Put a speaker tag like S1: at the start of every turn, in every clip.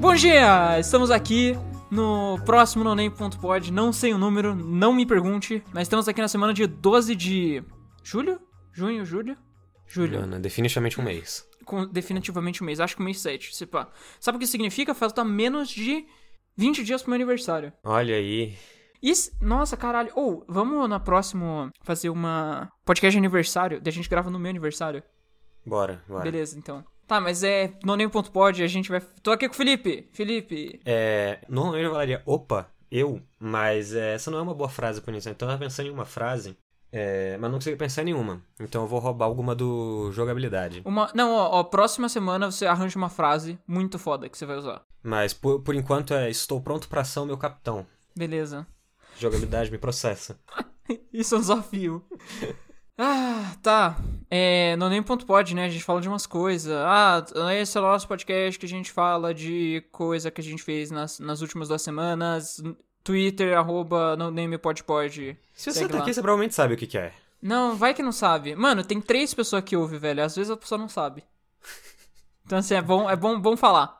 S1: Bom dia! Estamos aqui no próximo nonem.pod, não sei o número, não me pergunte, mas estamos aqui na semana de 12 de julho? Junho, julho? Julho.
S2: Juliana, definitivamente um mês.
S1: Com- definitivamente o mês, acho que o mês 7, se pá. Sabe o que significa? Falta menos de 20 dias pro meu aniversário.
S2: Olha aí.
S1: E s- nossa, caralho. Ou, vamos na próxima fazer uma podcast de aniversário, daí a gente grava no meu aniversário.
S2: Bora, bora.
S1: Beleza, então. Tá, mas é nonem.pod, a gente vai... Tô aqui com o Felipe. Felipe,
S2: É, normalmente eu falaria, opa, eu, mas é, essa não é uma boa frase pra iniciar. Então eu tava pensando em uma frase, é, mas não consigo pensar em nenhuma. Então eu vou roubar alguma do jogabilidade.
S1: Uma, não, ó, ó, próxima semana você arranja uma frase muito foda que você vai usar.
S2: Mas por, por enquanto é, estou pronto pra ação, meu capitão.
S1: Beleza.
S2: Jogabilidade me processa.
S1: Isso é um desafio. ah, tá. É, no nem.pod, né? A gente fala de umas coisas. Ah, esse é o nosso podcast que a gente fala de coisa que a gente fez nas, nas últimas duas semanas. Twitter, arroba, no podpod.
S2: Se você
S1: Segue
S2: tá
S1: lá.
S2: aqui, você provavelmente sabe o que que é.
S1: Não, vai que não sabe. Mano, tem três pessoas que ouvem, velho. Às vezes a pessoa não sabe. Então, assim, é bom, é bom, bom falar.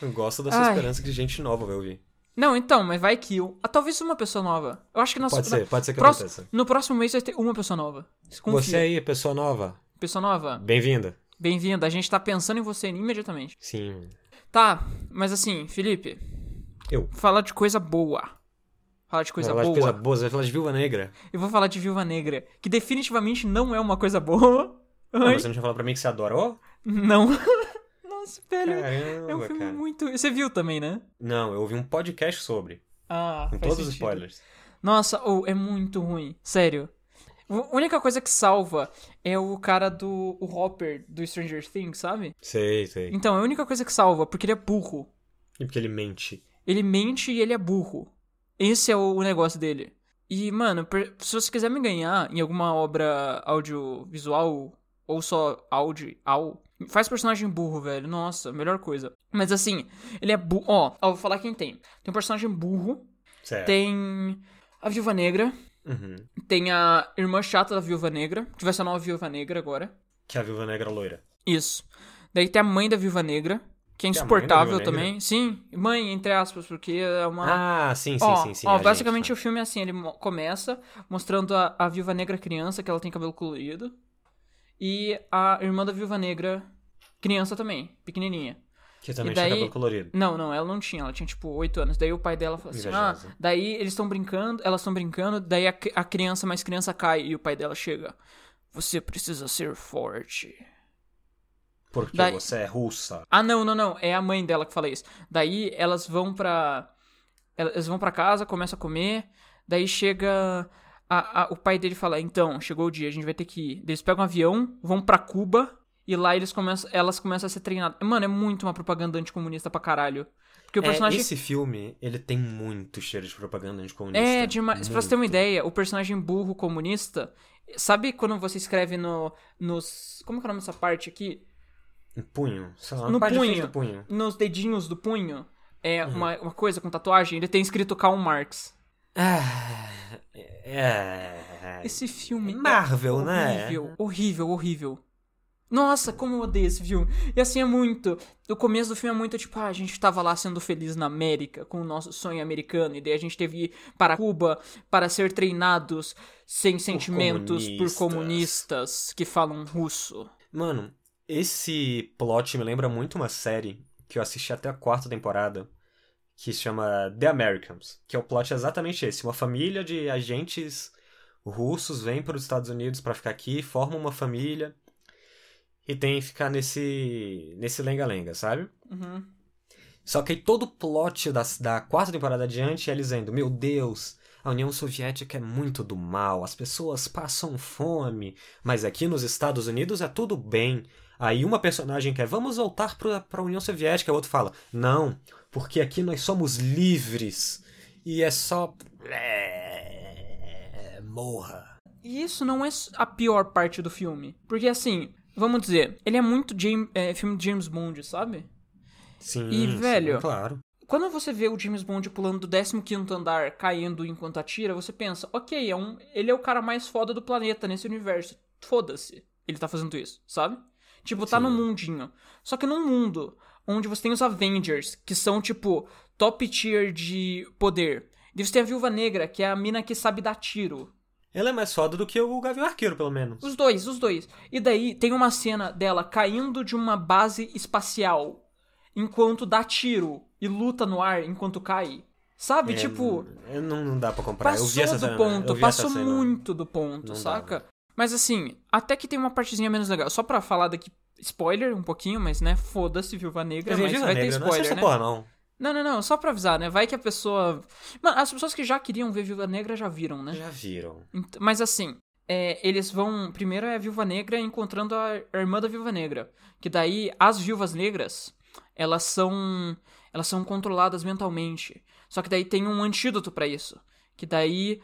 S2: Eu gosto dessa
S1: Ai.
S2: esperança que gente nova vai ouvir.
S1: Não, então, mas vai que. eu- Ah, talvez uma pessoa nova. Eu acho que nós.
S2: Pode ser, pode ser que
S1: Próximo-
S2: aconteça.
S1: No próximo mês vai ter uma pessoa nova. Confia.
S2: Você aí, pessoa nova,
S1: Pessoa nova,
S2: bem-vinda.
S1: bem-vinda. A gente tá pensando em você imediatamente.
S2: Sim.
S1: Tá, mas assim, Felipe.
S2: Eu.
S1: Falar de coisa boa. Falar de coisa
S2: Vai falar
S1: boa.
S2: de coisa boa, você vai falar de viúva negra.
S1: Eu vou falar de Viúva Negra, que definitivamente não é uma coisa boa.
S2: Ah,
S1: Ai,
S2: mas você não tinha falado pra mim que você adora? Ô,
S1: Não. Nossa, velho.
S2: caramba,
S1: É um filme
S2: cara.
S1: muito. Você viu também, né?
S2: Não, eu ouvi um podcast sobre,
S1: Ah,
S2: com
S1: faz
S2: todos os
S1: sentido.
S2: spoilers.
S1: Nossa, ou é muito ruim, sério. A única coisa que salva é o cara do o Hopper do Stranger Things, sabe?
S2: Sei, sei.
S1: Então, é a única coisa que salva, porque ele é burro.
S2: E porque ele mente.
S1: Ele mente e ele é burro. Esse é o o negócio dele. E, mano, per- se você quiser me ganhar em alguma obra audiovisual ou só áudio, au, faz personagem burro, velho. Nossa, melhor coisa. Mas assim, ele é burro. Ó, ó, vou falar quem tem. Tem um personagem burro,
S2: Certo.
S1: tem a Viúva Negra,
S2: Uhum.
S1: tem a irmã chata da Viúva Negra, que vai ser a nova Viúva Negra agora.
S2: Que é a viúva negra loira.
S1: Isso. Daí tem a mãe da Viúva Negra, que é
S2: Tem a mãe da Viúva
S1: insuportável
S2: Negra?
S1: também. Sim, mãe, entre aspas, porque é uma.
S2: Ah, sim, sim,
S1: Ó,
S2: sim, sim.
S1: ó,
S2: a gente,
S1: basicamente
S2: tá.
S1: o filme é assim, ele mo- começa mostrando a, a viúva negra criança, que ela tem cabelo colorido, e a irmã da viúva negra criança também, pequenininha.
S2: Que também
S1: e
S2: tinha
S1: daí-
S2: cabelo colorido.
S1: Não, não, ela não tinha, ela tinha tipo 8 anos. Daí o pai dela fala assim: "Ah,
S2: Invejosa.
S1: daí eles estão brincando, elas estão brincando, daí a, cri- a criança mais criança cai e o pai dela chega. Você precisa ser forte."
S2: Porque
S1: daí-
S2: você é russa.
S1: Ah, não, não, não. É a mãe dela que fala isso. Daí elas vão pra. Elas vão pra casa, começam a comer. Daí chega. a- a- o pai dele fala: Então, chegou o dia, a gente vai ter que ir. Daí Eles pegam um avião, vão pra Cuba. E lá eles começam, elas começam a ser treinadas. Mano, é muito uma propaganda anticomunista pra caralho. Porque o
S2: É,
S1: personagem.
S2: Esse filme, ele tem muito cheiro de propaganda anticomunista.
S1: É, demais. Pra você ter uma
S2: Muito.
S1: ideia, o personagem burro comunista. Sabe quando você escreve no, nos. Como que é o nome dessa parte aqui?
S2: Um punho, sei lá,
S1: No
S2: uma parte de
S1: punho.
S2: frente do punho.
S1: nos dedinhos do punho é
S2: Uhum.
S1: uma, uma coisa com tatuagem, ele tem escrito Karl Marx.
S2: Ah, é...
S1: Esse filme
S2: Marvel,
S1: é
S2: né?
S1: horrível, horrível, horrível. Nossa, como eu odeio esse filme. E assim é muito. O começo do filme é muito tipo, ah, a gente tava lá sendo feliz na América com o nosso sonho americano, e daí a gente teve que ir para Cuba para ser treinados sem sentimentos
S2: comunistas.
S1: por comunistas que falam russo.
S2: Mano, esse plot me lembra muito uma série que eu assisti até a quarta temporada, que se chama The Americans, que é o plot exatamente esse. Uma família de agentes russos vem para os Estados Unidos para ficar aqui, formam uma família e tem que ficar nesse nesse lenga-lenga, sabe?
S1: Uhum.
S2: Só que aí todo o plot da, da quarta temporada adiante é eles indo, meu Deus, a União Soviética é muito do mal, as pessoas passam fome, mas aqui nos Estados Unidos é tudo bem. Aí uma personagem quer, vamos voltar pra, pra União Soviética, o outro fala, não, porque aqui nós somos livres e é só. É, morra.
S1: E isso não é s- a pior parte do filme. Porque, assim, vamos dizer, ele é muito Jam- é, filme de James Bond, sabe?
S2: Sim,
S1: E,
S2: sim,
S1: velho,
S2: claro.
S1: Quando você vê o James Bond pulando do 15 andar, caindo enquanto atira, você pensa, ok, é um, ele é o cara mais foda do planeta nesse universo. Foda-se. Ele tá fazendo isso, sabe? Tipo, tá
S2: Sim.
S1: num mundinho. Só que num mundo onde você tem os Avengers, que são, tipo, top tier de poder. E você tem a Viúva Negra, que é a mina que sabe dar tiro.
S2: Ela é mais foda do que o Gavião Arqueiro, pelo menos.
S1: Os dois, os dois. E daí tem uma cena dela caindo de uma base espacial enquanto dá tiro e luta no ar enquanto cai. Sabe?
S2: É,
S1: tipo,
S2: é, não, não dá pra comprar. eu vi
S1: passou
S2: essa
S1: do
S2: cena. né?
S1: ponto,
S2: eu vi
S1: passou
S2: essa cena.
S1: muito do ponto,
S2: Não dá, né?
S1: saca? Mas assim, até que tem uma partezinha menos legal. Só pra falar daqui, spoiler um pouquinho, mas né, foda-se, Viúva Negra,
S2: Mas
S1: mas
S2: Viúva
S1: vai ter
S2: Negra, é não
S1: spoiler,
S2: assista
S1: né?
S2: porra, não.
S1: Não, não, não, só pra avisar, né? Vai que a pessoa. Mano, as pessoas que já queriam ver Viúva Negra já viram, né?
S2: Já viram.
S1: Ent- Mas assim, é, eles vão. Primeiro é a Viúva Negra encontrando a a irmã da Viúva Negra. Que daí as viúvas negras, elas são. Elas são controladas mentalmente. Só que daí tem um antídoto pra isso. Que daí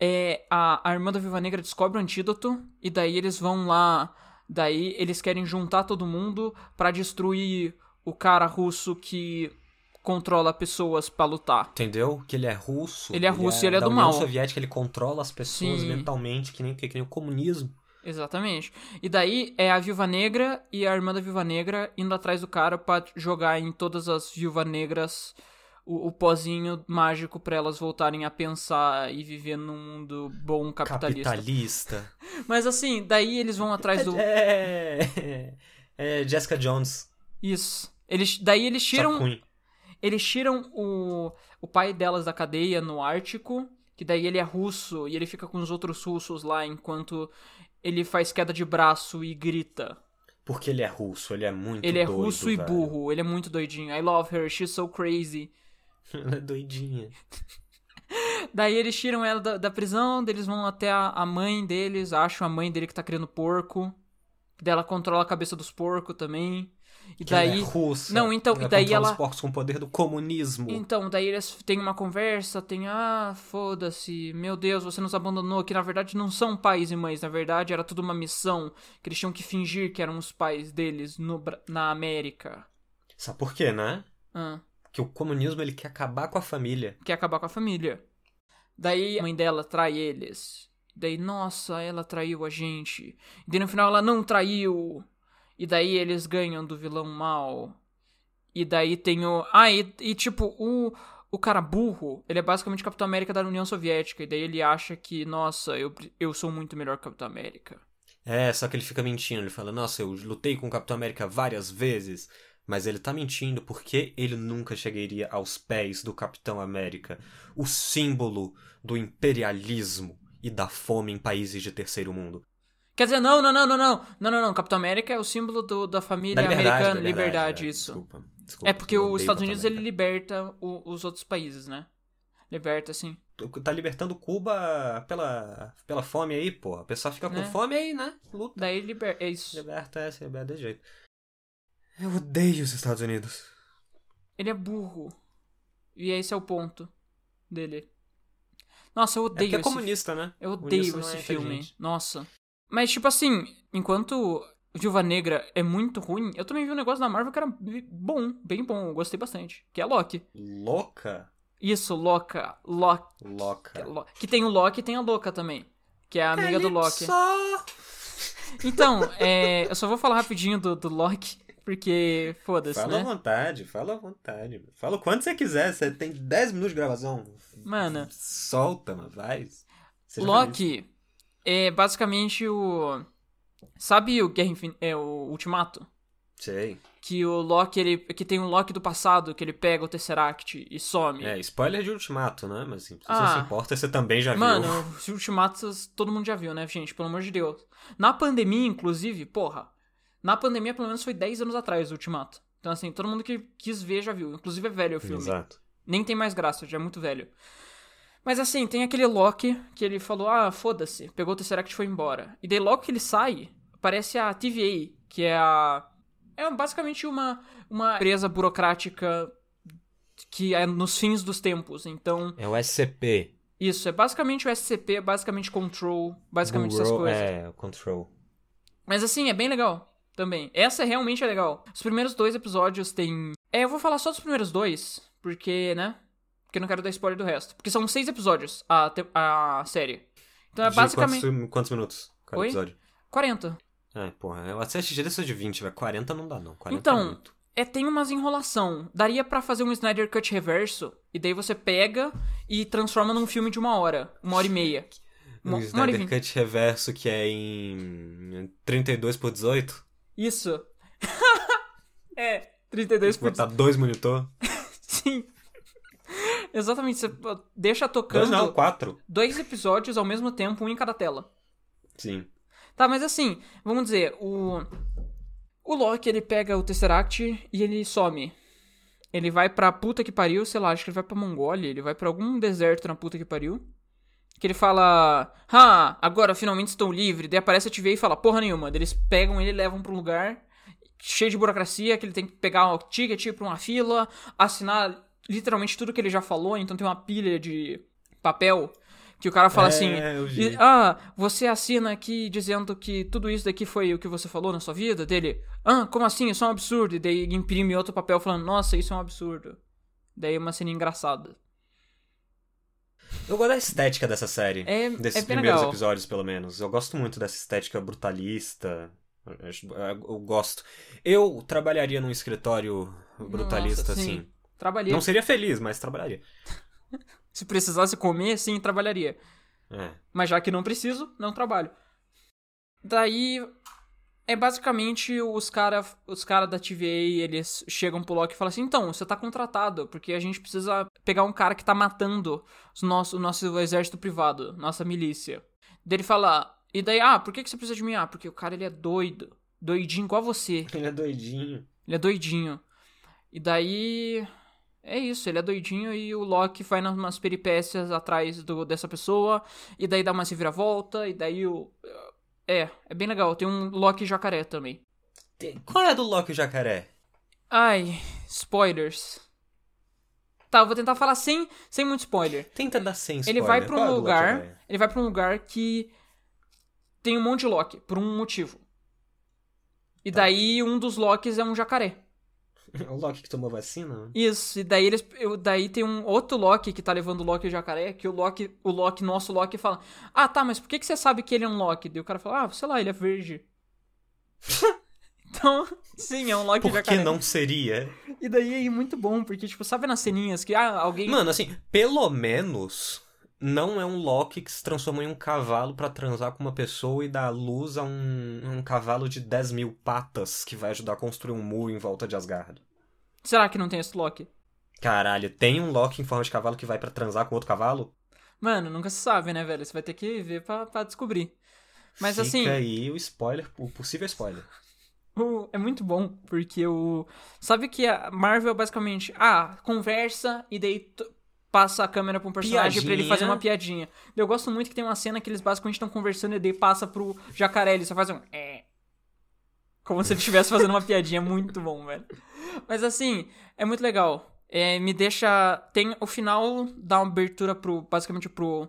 S1: é, a, a irmã da Viúva Negra descobre o antídoto. E daí eles vão lá. Daí eles querem juntar todo mundo pra destruir o cara russo que controla pessoas pra lutar.
S2: Entendeu? Que ele é russo.
S1: Ele é russo e ele é
S2: da
S1: do
S2: União
S1: mal.
S2: soviética, ele controla as pessoas
S1: Sim.
S2: mentalmente, que nem, que, que nem o comunismo.
S1: Exatamente. E daí é a Viúva Negra e a irmã da Viúva Negra indo atrás do cara pra jogar em todas as Viúva Negras o, o pozinho mágico pra elas voltarem a pensar e viver num mundo bom capitalista.
S2: Capitalista.
S1: Mas assim, daí eles vão atrás do
S2: É, é, é Jessica Jones.
S1: isso. Eles daí eles tiram
S2: Chacun.
S1: eles tiram o, o pai delas da cadeia no Ártico, que daí ele é russo e ele fica com os outros russos lá enquanto ele faz queda de braço e grita.
S2: Porque ele é russo, ele é muito
S1: Ele é
S2: doido,
S1: russo e
S2: velho.
S1: burro, ele é muito doidinho. I love her, she's so crazy.
S2: Ela é doidinha.
S1: Daí eles tiram ela da, da prisão, daí eles vão até a, a mãe deles, acham a mãe dele que tá criando porco. Daí ela controla a cabeça dos porcos também. E
S2: Que ela é
S1: daí.
S2: russa.
S1: Não, então,
S2: ela
S1: e daí
S2: controla
S1: ela-
S2: os porcos com o poder do comunismo.
S1: Então, daí eles têm uma conversa, tem, ah, foda-se, meu Deus, você nos abandonou, que na verdade não são pais e mães, na verdade era tudo uma missão, que eles tinham que fingir que eram os pais deles no, Bra- na América.
S2: Sabe por quê, né?
S1: Ah.
S2: Que o comunismo ele quer acabar com a família.
S1: quer acabar com a família. Daí a mãe dela trai eles. Daí, nossa, ela traiu a gente. E daí no final ela não traiu. E daí eles ganham do vilão mal. E daí tem o. Ah, e, e tipo, o, o cara burro, ele é basicamente o Capitão América da União Soviética. E daí ele acha que, nossa, eu, pre- eu sou muito melhor que o Capitão América.
S2: É, só que ele fica mentindo. Ele fala, nossa, eu lutei com o Capitão América várias vezes. Mas ele tá mentindo porque ele nunca chegaria aos pés do Capitão América, o símbolo do imperialismo e da fome em países de terceiro mundo.
S1: Quer dizer, não, não, não, não, não. Não, não, não. Capitão América é o símbolo do- da família
S2: Da liberdade,
S1: americana.
S2: da
S1: é liberdade
S2: né?
S1: isso.
S2: Desculpa, desculpa,
S1: É porque
S2: eu
S1: os
S2: odeio
S1: Estados
S2: Capitão
S1: Unidos ele liberta o- os outros países, né? Liberta, assim. sim.
S2: América. tá libertando Cuba pela, pela fome aí, pô. A pessoa fica com
S1: Né?
S2: fome aí, né? Luta.
S1: Daí liberta. É isso.
S2: Liberta essa, liberta desse jeito. Eu odeio os Estados Unidos.
S1: Ele é burro. E esse é o ponto dele. Nossa, eu
S2: É
S1: odeio
S2: porque é
S1: esse
S2: comunista, né?
S1: Eu
S2: O
S1: odeio
S2: Nilson não
S1: esse
S2: é
S1: filme.
S2: inteligente.
S1: Nossa. Mas, tipo assim, enquanto Viúva Negra é muito ruim, eu também vi um negócio na Marvel que era bom, bem bom, eu gostei bastante. Que é Loki.
S2: Louca?
S1: Isso, Loca. Loki. Que, é
S2: Louca.
S1: Lo- que tem o Loki e tem a Louca também. Que é a amiga do Loki.
S2: Só...
S1: Então, é, eu só vou falar rapidinho do, do Loki, porque foda-se,
S2: Fala à
S1: né?
S2: vontade, fala à vontade. Fala o quanto você quiser, você tem 10 minutos de gravação.
S1: Mano.
S2: Solta, mas vai. Seja feliz.
S1: Loki é basicamente o. Sabe o Guerra Infin... é, o Ultimato?
S2: Sei.
S1: Que o Loki, ele. Que tem o Loki do passado, que ele pega o Tesseract e some.
S2: É, spoiler de Ultimato, né? Mas assim, se você
S1: Ah.
S2: se importa, você também já
S1: Mano, é
S2: viu.
S1: os Ultimatos todo mundo já viu, né, gente? Pelo amor de Deus. Na pandemia, inclusive, porra. Na pandemia, pelo menos, foi 10 anos atrás o Ultimato. Então, assim, todo mundo que quis ver já viu. Inclusive é velho o filme.
S2: Exato.
S1: Nem tem mais graça, já é muito velho. Mas assim, tem aquele Loki que ele falou: ah, foda-se, pegou o Tesseract e foi embora. E daí logo que ele sai, aparece a TVA, que é a. É basicamente uma, uma empresa burocrática que é nos fins dos tempos. Então,
S2: É o SCP.
S1: isso, é basicamente o SCP, basicamente Control, basicamente essas coisas.
S2: É, o Control.
S1: Mas assim, é bem legal também. Essa realmente é legal. Os primeiros dois episódios tem. É, eu vou falar só dos primeiros dois, porque, né? Porque eu não quero dar spoiler do resto. Porque são seis episódios a, te- a série. Então é
S2: De
S1: basicamente.
S2: Quantos, quantos minutos? Cada
S1: Oi?
S2: episódio?
S1: 40.
S2: Ai, porra, eu assisti dessa de 20, velho. 40 não dá, não. 40
S1: Então,
S2: é muito.
S1: É, tem umas enrolação. Daria pra fazer um Snyder Cut reverso, e daí você pega e transforma num filme de uma hora, uma hora e meia. Uma, uma
S2: Um
S1: hora e
S2: Snyder
S1: vinte.
S2: Cut reverso que é em 32 por 18.
S1: Isso. é, 32 por
S2: Botar dois monitor.
S1: Sim. Exatamente, você deixa
S2: Dois
S1: tocando
S2: não, quatro.
S1: dois episódios ao mesmo tempo, um em cada tela.
S2: Sim.
S1: Tá, mas assim, vamos dizer, o. O Loki, ele pega o Tesseract e ele some. Ele vai pra puta que pariu, sei lá, acho que ele vai pra Mongólia, ele vai pra algum deserto na puta que pariu. Que ele fala, ah, agora finalmente estou livre. Daí aparece a TVA e fala, porra nenhuma. Daí eles pegam ele e levam pra um lugar cheio de burocracia, que ele tem que pegar o ticket ir pra uma fila, assinar literalmente tudo que ele já falou. Então tem uma pilha de papel que o cara fala
S2: É,
S1: assim,
S2: eu vi.
S1: e- ah, você assina aqui dizendo que tudo isso daqui foi o que você falou na sua vida? Dele, ah, como assim? Isso é um absurdo. E daí imprime outro papel falando, nossa, isso é um absurdo. Daí é uma cena engraçada.
S2: Eu gosto da estética dessa série.
S1: É,
S2: Desses
S1: é bem
S2: primeiros
S1: legal.
S2: episódios, pelo menos. Eu gosto muito dessa estética brutalista. Eu, acho- eu gosto. Eu trabalharia num escritório brutalista,
S1: Nossa, sim.
S2: assim.
S1: Trabalhei.
S2: Não seria feliz, mas trabalharia.
S1: Se precisasse comer, sim, trabalharia.
S2: É.
S1: Mas já que não preciso, não trabalho. Daí é basicamente os cara, os cara da TVA, eles chegam pro Loki e falam assim: "Então, você tá contratado, porque a gente precisa pegar um cara que tá matando os nosso, o nosso exército privado, nossa milícia". Daí ele fala: "E daí, ah, por que que você precisa de mim? Ah, porque o cara ele é doido, doidinho igual você.
S2: Ele é doidinho.
S1: Ele é doidinho". E daí é isso, ele é doidinho e o Loki vai nas umas peripécias atrás do, dessa pessoa, e daí dá uma reviravolta, e daí o. É, é bem legal. Tem um Loki jacaré também.
S2: Tem- Qual é a do Loki Jacaré?
S1: Ai, spoilers. Tá, eu vou tentar falar sem, sem muito spoiler.
S2: Tenta dar sem
S1: Ele
S2: spoiler.
S1: vai pra
S2: Qual é a
S1: um
S2: do Loki
S1: lugar.
S2: Jacaré?
S1: Ele vai pra um lugar que tem um monte de Loki, por um motivo. E
S2: Tá.
S1: daí um dos Locks é um jacaré.
S2: o Loki que tomou vacina?
S1: Isso, e daí eles. eu- daí tem um outro Loki que tá levando o Loki e o jacaré, que o Loki, o Loki, nosso Loki, fala: Ah, tá, mas por que, que você sabe que ele é um Loki? Daí o cara fala, ah, sei lá, ele é verde. então, sim, é um Loki
S2: Por
S1: jacaré.
S2: que não seria?
S1: E daí é muito bom, porque, tipo, sabe nas ceninhas que ah, alguém.
S2: Mano, assim, pelo menos não é um Loki que se transforma em um cavalo pra transar com uma pessoa e dar luz a um, um cavalo de 10 mil patas que vai ajudar a construir um muro em volta de Asgard.
S1: Será que não tem esse Loki?
S2: Caralho, tem um Loki em forma de cavalo que vai pra transar com outro cavalo?
S1: Mano, nunca se sabe, né, velho? Você vai ter que ver pra, pra descobrir. Mas
S2: Fica
S1: assim,
S2: aí o spoiler, o possível spoiler.
S1: o- é muito bom, porque o. Sabe que a Marvel é basicamente. Ah, conversa e daí t- passa a câmera pra um personagem pra ele
S2: Piadinha.
S1: fazer uma piadinha. Eu gosto muito que tem uma cena que eles basicamente estão conversando e daí passa pro jacaré, ele só faz um. É. Como se ele estivesse fazendo uma piadinha. é Muito bom, velho. Mas assim, é muito legal. É, me deixa. Tem o final dá uma abertura pro. Basicamente pro.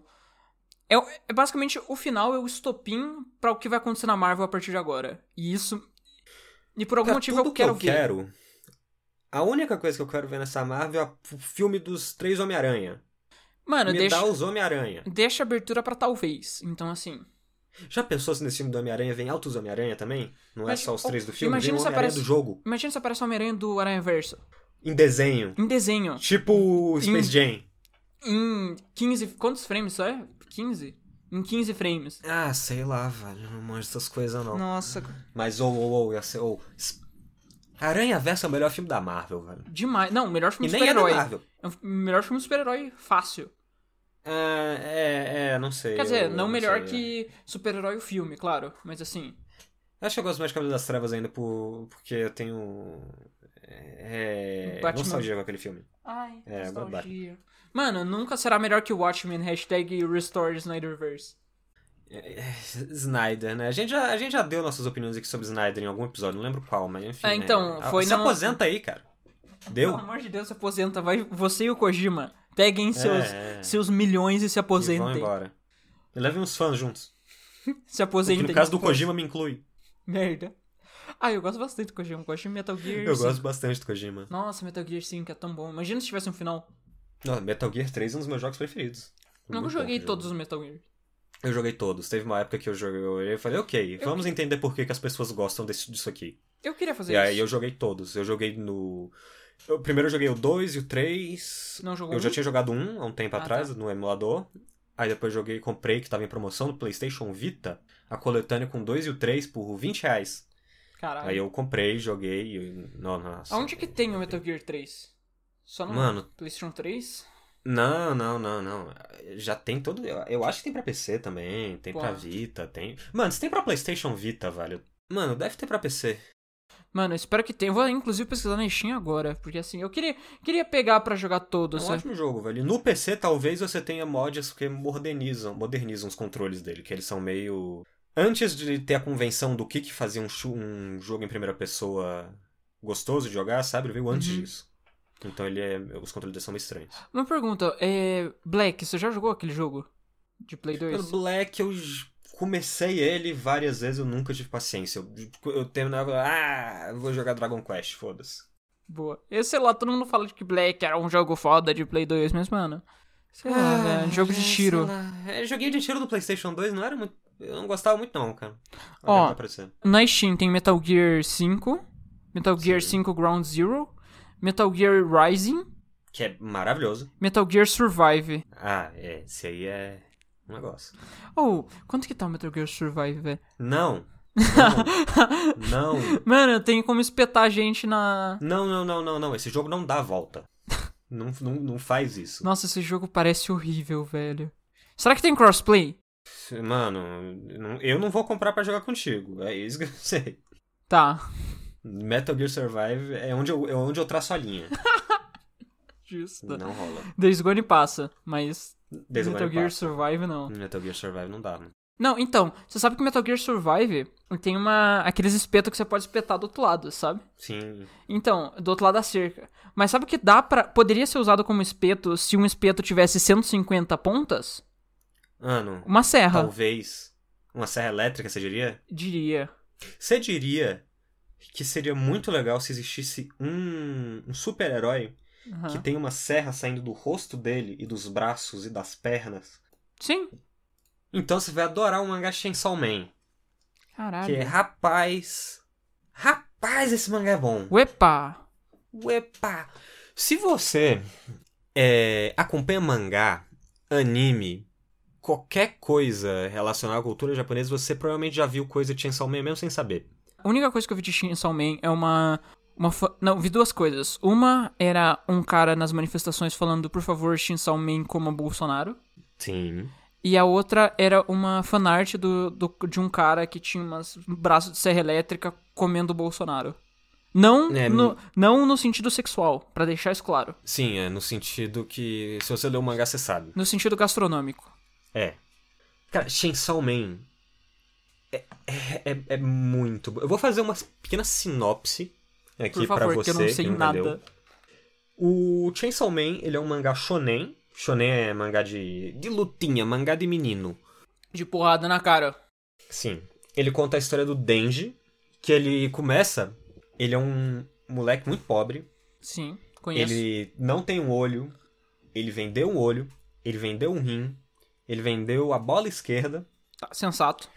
S1: É, o- é basicamente o final é o estopim pra o que vai acontecer na Marvel a partir de agora. E isso. E por algum
S2: Pra
S1: motivo
S2: tudo
S1: eu quero
S2: que
S1: ver.
S2: eu quero. A única coisa que eu quero ver nessa Marvel é o filme dos três Homem-Aranha.
S1: Mano,
S2: Me
S1: deixa,
S2: dá os Homem-Aranha.
S1: deixa abertura pra talvez. Então, assim.
S2: Já pensou se nesse filme do Homem-Aranha vem altos Homem-Aranha também? Não
S1: Mas,
S2: é só os
S1: oh,
S2: três do filme,
S1: imagina
S2: vem o
S1: se
S2: Homem-Aranha
S1: aparece-
S2: do jogo.
S1: Imagina se aparece o Homem-Aranha do Aranha Verso.
S2: Em desenho.
S1: Em desenho.
S2: Tipo Space Jam.
S1: Em 15. Quantos frames isso é? 15? Em 15 frames.
S2: Ah, sei lá, velho. Não manjo essas coisas, não.
S1: Nossa,
S2: Mas ou, ou, ou, ia ser- ou. S- Aranha Verso é o melhor filme da Marvel, velho.
S1: demais. Não, o melhor filme
S2: E
S1: de
S2: nem é da
S1: super-herói.
S2: Marvel.
S1: É o melhor filme de super-herói fácil.
S2: Ah, é, é, não sei.
S1: Quer dizer,
S2: eu-
S1: não
S2: eu
S1: melhor
S2: sei, é.
S1: que super-herói o filme, claro. Mas assim.
S2: Acho que eu gosto mais de Cavaleiro das Trevas ainda por... porque eu tenho. É.
S1: Batman.
S2: Nostalgia com aquele filme.
S1: Ai,
S2: É,
S1: nostalgia. Mano, nunca será melhor que Watchmen, hashtag Restore Snyderverse.
S2: É, é, Snyder, né? A gente, já, a gente já deu nossas opiniões aqui sobre Snyder em algum episódio, não lembro qual, mas enfim.
S1: É,
S2: né?
S1: então,
S2: Ah,
S1: foi
S2: Se
S1: não-
S2: aposenta aí, cara. Deu?
S1: Pelo amor de Deus, se aposenta. Vai, você e o Kojima, peguem seus,
S2: é.
S1: seus milhões e se
S2: E vão
S1: aposentem.
S2: embora. Levem uns fãs juntos.
S1: se
S2: Que
S1: aposentem.
S2: no caso do Kojima me inclui.
S1: Merda. Ah, eu gosto bastante do Kojima. Eu gosto de Metal Gear
S2: Eu
S1: 5.
S2: gosto bastante do Kojima.
S1: Nossa, Metal Gear 5 é tão bom. Imagina se tivesse um final.
S2: Nossa, Metal Gear 3 é um dos meus jogos preferidos.
S1: Nunca
S2: Muito bom
S1: joguei
S2: aquele
S1: todos os
S2: jogo.
S1: Metal Gear.
S2: Eu joguei todos. Teve uma época que eu joguei eu olhei e falei, ok,
S1: Eu
S2: vamos entender por que, que as pessoas gostam desse, disso aqui.
S1: Eu queria fazer
S2: e
S1: isso.
S2: aí eu joguei todos. Eu joguei no. Eu, primeiro eu joguei o 2 e o 3.
S1: Não jogou
S2: Eu já
S1: um?
S2: tinha jogado um há um tempo
S1: Ah,
S2: atrás,
S1: tá.
S2: no emulador. Aí depois joguei, comprei, que tava em promoção no PlayStation Vita, a coletânea com o 2 e o 3 por 20 reais.
S1: Caralho.
S2: Aí eu comprei, joguei. E... Não, nossa.
S1: Aonde que tem o Metal Gear 3? Só no
S2: Mano,
S1: PlayStation 3?
S2: não, não, não, não. Já tem todo. Eu, eu acho que tem pra PC também, tem pra
S1: Pô.
S2: Vita, tem. Mano, se tem pra PlayStation Vita, velho. Mano, deve ter pra PC.
S1: Mano, eu espero que tenha. Eu vou inclusive pesquisar na Steam agora, porque assim, eu queria, queria pegar pra jogar
S2: É
S1: todos.
S2: um
S1: sabe?
S2: ótimo jogo, velho. No PC talvez você tenha mods que modernizam, modernizam os controles dele, que eles são meio. Antes de ter a convenção do que, que fazia um, chu- um jogo em primeira pessoa gostoso de jogar, sabe? Ele veio antes
S1: Uhum.
S2: disso. Então ele é. Os controles dele são meio estranhos.
S1: Uma pergunta, é. Black, você já jogou aquele jogo? De Play
S2: Pelo
S1: 2?
S2: Black eu j- comecei ele várias vezes, eu nunca tive paciência. Eu, tipo, eu terminava. Ah, vou jogar Dragon Quest, foda-se.
S1: Boa. Eu sei lá, todo mundo fala de que Black era um jogo foda de Play 2, mas, mano. Sei lá, Ah,
S2: Ah,
S1: velho, um jogo de tiro.
S2: É, joguinho de tiro do PlayStation 2 não era muito. Eu não gostava muito, não, cara.
S1: Ó.
S2: Olha o que tá aparecendo.
S1: Na Steam tem Metal Gear 5, Metal Gear
S2: Sim.
S1: 5 Ground Zero, Metal Gear Rising,
S2: Que é maravilhoso.
S1: Metal Gear Survive.
S2: Ah, é. Esse aí é um negócio.
S1: Oh, quanto que tá o Metal Gear Survive, velho?
S2: Não. Não.
S1: Mano, tem como espetar gente na.
S2: não. Não, não, não, não, não. Esse jogo não dá a volta. Não, não, não faz isso.
S1: Nossa, esse jogo parece horrível, velho. Será que tem crossplay?
S2: Mano, não- eu não vou comprar pra jogar contigo. É isso que eu sei.
S1: Tá.
S2: Metal Gear Survive é onde eu, é onde eu traço a linha.
S1: Justo.
S2: Não rola.
S1: Days Gone passa, mas
S2: Desde
S1: Metal
S2: Metal,
S1: Gear Survive não.
S2: Metal Gear Survive não dá, né?
S1: Não, então, você sabe que Metal Gear Survive tem uma aqueles espetos que você pode espetar do outro lado, sabe?
S2: Sim.
S1: Então, do outro lado da cerca. Mas sabe que dá pra. poderia ser usado como espeto se um espeto tivesse 150 pontas?
S2: Ano,
S1: Uma serra,
S2: Tá. talvez. Uma serra elétrica, você diria?
S1: diria.
S2: Você diria que seria muito legal se existisse um, um super-herói
S1: Aham.
S2: que tem uma serra saindo do rosto dele e dos braços e das pernas.
S1: Sim.
S2: Então você vai adorar o mangá Chainsaw Man, que
S1: Caralho.
S2: é rapaz, rapaz esse mangá é bom.
S1: Uepa!
S2: Uepa. Se você é, acompanha mangá, anime, qualquer coisa relacionada à cultura japonesa, você provavelmente já viu coisa de Chainsaw Man mesmo sem saber.
S1: A única coisa que eu vi de Chainsaw Man é uma. uma fa- Não, vi duas coisas. Uma era um cara nas manifestações falando, por favor, Chainsaw Man coma Bolsonaro.
S2: Sim.
S1: E a outra era uma fanart do, do, de um cara que tinha umas- um braço de serra elétrica comendo o Bolsonaro. Não,
S2: É,
S1: no, não no sentido sexual, pra deixar isso claro.
S2: Sim, é no sentido que se você leu o mangá, você sabe.
S1: No sentido gastronômico.
S2: É. Cara, Chainsaw Man é, é, é- é muito bom. Eu vou fazer uma pequena sinopse
S1: Por
S2: aqui pra
S1: favor, que
S2: você.
S1: eu não sei
S2: que
S1: nada.
S2: leu. O Chainsaw Man, ele é um mangá shonen. Shonen é mangá de, de lutinha, mangá de menino.
S1: De porrada na cara.
S2: Sim. Ele conta a história do Denji, que ele começa... Ele é um moleque muito pobre,
S1: Sim, conheço.
S2: Ele não tem um olho, ele vendeu um olho, ele vendeu um rim, ele vendeu a bola esquerda.
S1: Tá, sensato.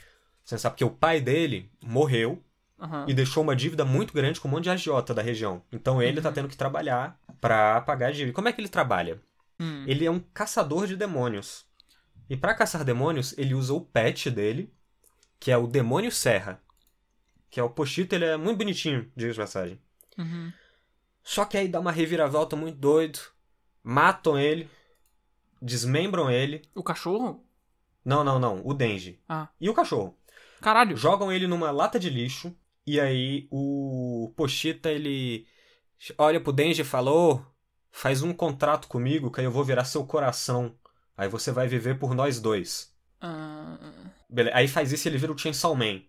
S2: Você sabe que o pai dele morreu
S1: Aham.
S2: e deixou uma dívida muito grande com um monte de agiota da região. Então ele tá tendo que trabalhar pra pagar a dívida. Como é que ele trabalha?
S1: Hum.
S2: Ele é um caçador de demônios. E pra caçar demônios, ele usa o pet dele, que é o Demônio Serra. Que é o Pochito, ele é muito bonitinho, diga de passagem.
S1: Uhum.
S2: Só que aí dá uma reviravolta muito doido. Matam ele. Desmembram ele.
S1: O cachorro?
S2: Não, não, não. O Denji.
S1: Ah.
S2: E o cachorro.
S1: Caralho.
S2: Jogam ele numa lata de lixo. E aí o Pochita, ele olha pro Denji e fala: Ô, faz um contrato comigo que aí eu vou virar seu coração. Aí você vai viver por nós dois.
S1: Ah,
S2: Beleza. Aí faz isso e ele vira o Chainsaw Man.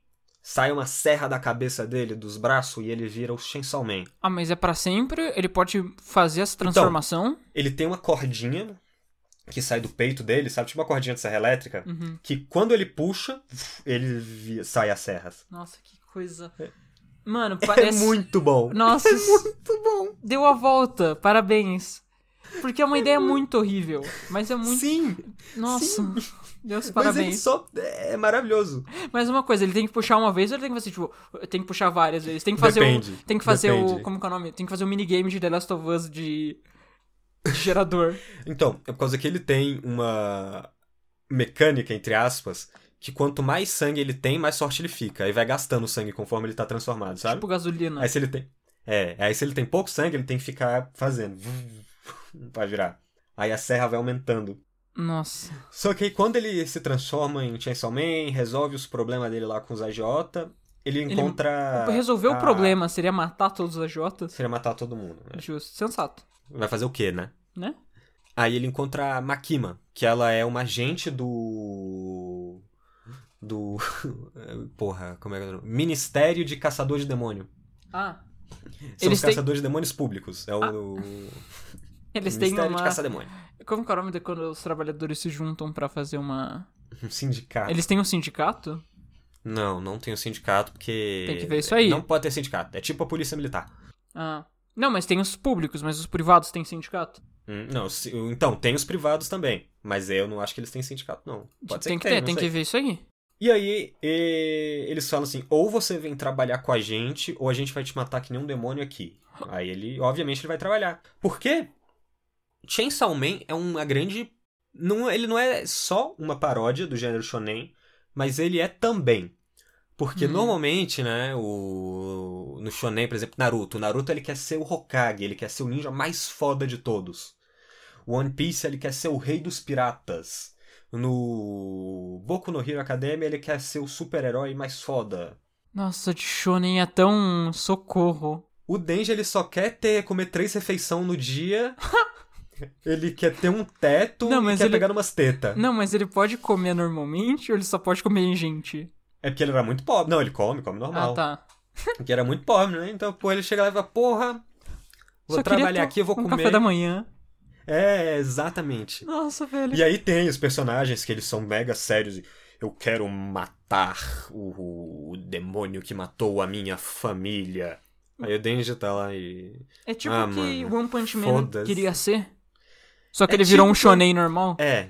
S2: Sai uma serra da cabeça dele, dos braços, e ele vira o Chainsaw Man.
S1: Ah, mas é pra sempre? Ele pode fazer essa
S2: Então.
S1: transformação?
S2: ele tem uma cordinha que sai do peito dele, sabe? Tipo uma cordinha de serra elétrica.
S1: Uhum.
S2: Que quando ele puxa, ele vi- sai as serras.
S1: Nossa, que coisa. Mano, parece.
S2: É muito bom.
S1: Nossa,
S2: É muito bom.
S1: deu a volta. Parabéns. Porque é uma ideia é muito horrível. Mas é muito.
S2: Sim.
S1: Nossa. Deus,
S2: Mas ele
S1: parabéns.
S2: só. É maravilhoso.
S1: Mas uma coisa, ele tem que puxar uma vez ou ele tem que fazer, tipo, tem que puxar várias vezes? Tem que fazer
S2: Depende,
S1: o. Tem que fazer o.
S2: depende.
S1: Como que é o nome? Tem que fazer o minigame de The Last of Us de. de gerador.
S2: Então, é por causa que ele tem uma mecânica, entre aspas, que quanto mais sangue ele tem, mais forte ele fica. Aí vai gastando sangue conforme ele tá transformado, sabe?
S1: Tipo gasolina.
S2: Aí se ele tem. É, aí se ele tem pouco sangue, ele tem que ficar fazendo. pra virar. Aí a serra vai aumentando.
S1: Nossa.
S2: Só que aí quando ele se transforma em Chainsaw Man, resolve os problemas dele lá com os agiota, ele encontra.
S1: Tipo, Resolver o
S2: a-
S1: problema seria matar todos os AJs?
S2: Seria matar todo mundo. né?
S1: Justo. Sensato.
S2: Vai fazer o quê, né?
S1: Né?
S2: Aí ele encontra a Makima, que ela é uma agente do. Do. Porra, como é que é? o nome? Ministério de Caçador de Demônio.
S1: Ah.
S2: São
S1: Eles
S2: os
S1: têm-
S2: caçadores de demônios públicos. É o.
S1: Ah.
S2: o
S1: Eles têm
S2: Ministério é um de
S1: uma.
S2: Caçar Demônio.
S1: Como que é o nome de quando os trabalhadores se juntam pra fazer uma.
S2: Um sindicato.
S1: Eles têm um sindicato?
S2: Não, não tem um sindicato porque.
S1: Tem que ver isso aí.
S2: Não pode ter sindicato. É tipo a polícia militar.
S1: Ah. Não, mas tem os públicos, mas os privados têm sindicato?
S2: Hum, Não, se- então, tem os privados também. Mas eu não acho que eles têm sindicato, não. Pode ser
S1: tem
S2: que,
S1: ter,
S2: tenha, não
S1: tem
S2: sei.
S1: que ver isso aí.
S2: E aí, e- eles falam assim: ou você vem trabalhar com a gente, ou a gente vai te matar que nem um demônio aqui. Aí ele, obviamente, ele vai trabalhar. Por quê? Chainsaw Man é uma grande. Não, ele não é só uma paródia do gênero shonen, mas ele é também. Porque
S1: Hum.
S2: normalmente, né, o no shonen, por exemplo, Naruto, o Naruto ele quer ser o Hokage, ele quer ser o ninja mais foda de todos. O One Piece ele quer ser o rei dos piratas. No Boku no Hero Academia ele quer ser o super-herói mais foda.
S1: Nossa, de Shonen é tão socorro.
S2: O Denji ele só quer ter comer três refeições no dia. ele quer ter um teto
S1: Não,
S2: e
S1: mas
S2: quer
S1: ele- Hum.
S2: pegar umas tetas.
S1: Não, mas ele pode comer normalmente ou ele só pode comer em gente?
S2: É porque ele era muito pobre. Não, ele come, come normal.
S1: Ah, tá.
S2: Porque era muito pobre, né? Então, pô, ele chega lá e fala, porra, vou
S1: Só queria ter
S2: trabalhar aqui, eu vou
S1: um
S2: comer.
S1: café da manhã.
S2: É, exatamente.
S1: Nossa, velho.
S2: E aí tem os personagens que eles são mega sérios e eu quero matar o, o demônio que matou a minha família. Aí o Denji tá lá e.
S1: É tipo
S2: Ah,
S1: o que
S2: mano,
S1: One Punch Man
S2: foda-se.
S1: queria ser. Só que
S2: É
S1: ele virou
S2: tipo
S1: um
S2: que-
S1: shonen normal.
S2: É,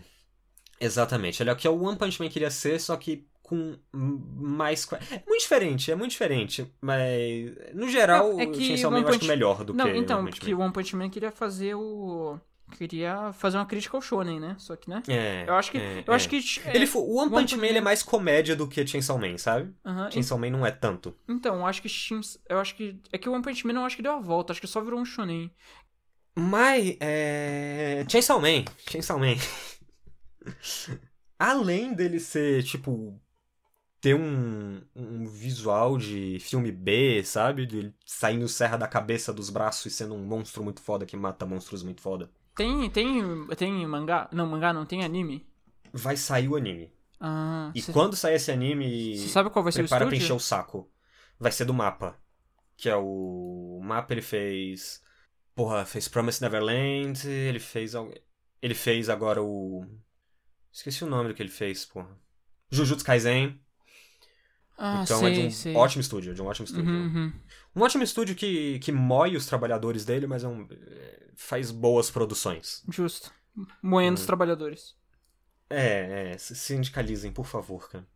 S2: exatamente. Ele é o que o One Punch Man queria ser, só que com mais. qua- É muito diferente, é muito diferente. Mas, no geral,
S1: É- é
S2: o
S1: que
S2: Chainsaw Man
S1: One
S2: eu acho
S1: Punch-
S2: que é melhor do
S1: Não,
S2: que
S1: então,
S2: o One Punch
S1: porque o One Punch Man queria fazer o... Queria fazer uma crítica ao shonen, né? Só que, né?
S2: Man. É,
S1: Eu acho que...
S2: é,
S1: eu
S2: é.
S1: acho que... é,
S2: Ele, fo- o One, Punch Man, ele é mais comédia do que Chainsaw Man, sabe?
S1: aham,
S2: Chainsaw Man não é tanto.
S1: Então, eu acho que Shins- eu acho que é que o One Punch Man eu acho que deu a volta, acho que só virou um shonen.
S2: Mas, é... Chainsaw Man, Chainsaw Man. Além dele ser, tipo, ter um, um visual de filme B, sabe? De ele saindo serra da cabeça dos braços e sendo um monstro muito foda que mata monstros muito foda.
S1: Tem tem tem mangá? Não, mangá não tem anime.
S2: Vai sair o anime.
S1: Ah,
S2: E
S1: cê-
S2: quando sair esse anime,
S1: cê sabe qual vai ser o
S2: prepara pra encher
S1: estúdio?
S2: o saco. Vai ser do mapa. Que é o... o mapa ele fez... Porra, fez Promise Neverland, ele fez... al- Ele fez agora o... Esqueci o nome do que ele fez, porra. Jujutsu Kaisen.
S1: Ah,
S2: então
S1: sei,
S2: é de um
S1: sei.
S2: ótimo estúdio, é de um ótimo estúdio.
S1: Uhum, uhum.
S2: Um ótimo estúdio que, que mói os trabalhadores dele, mas é um... é, faz boas produções.
S1: Justo. Moendo
S2: Uhum.
S1: os trabalhadores.
S2: É, é, se sindicalizem, por favor, cara.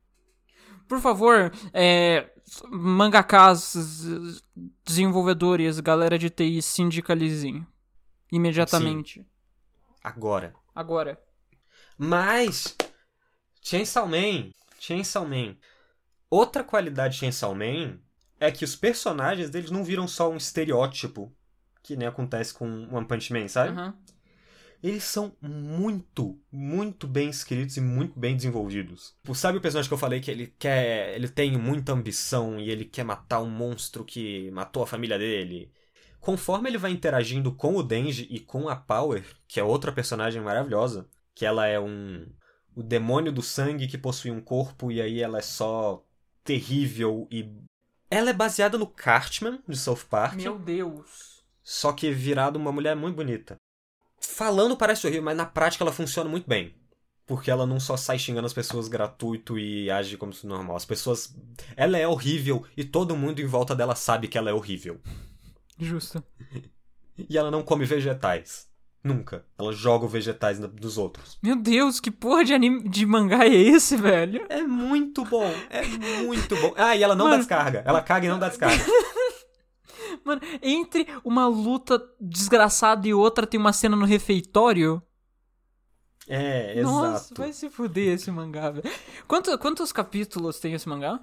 S1: Por favor, é, mangakas, z- desenvolvedores, galera de TI, sindicalizem. Imediatamente.
S2: Agora.
S1: Agora.
S2: Mas Chainsaw Man, Chainsaw Man. Outra qualidade de Chainsaw Man é que os personagens deles não viram só um estereótipo, que nem acontece com One Punch Man, sabe?
S1: Aham.
S2: Eles são muito, muito bem escritos e muito bem desenvolvidos. Pô, Sabe o personagem que eu falei que ele quer, ele tem muita ambição e ele quer matar um monstro que matou a família dele? Conforme ele vai interagindo com o Denji e com a Power, que é outra personagem maravilhosa, que ela é um o demônio do sangue que possui um corpo e aí ela é só terrível e ela é baseada no Cartman de South Park.
S1: Meu Deus.
S2: Só que virado uma mulher muito bonita. Falando parece horrível, mas na prática ela funciona muito bem. Porque ela não só sai xingando as pessoas gratuito e age como se normal. As pessoas. Ela é horrível e todo mundo em volta dela sabe que ela é horrível.
S1: Justo.
S2: E ela não come vegetais. Nunca. Ela joga os vegetais na- dos outros.
S1: Meu Deus, que porra de, anime, de mangá é esse, velho?
S2: É muito bom. É muito bom. Ah, e ela não dá
S1: Mano.
S2: descarga. Ela caga e não dá descarga.
S1: Mano, entre uma luta desgraçada e outra tem uma cena no refeitório.
S2: É,
S1: Nossa,
S2: exato.
S1: vai se fuder esse mangá, velho. Quanto- quantos capítulos tem esse mangá?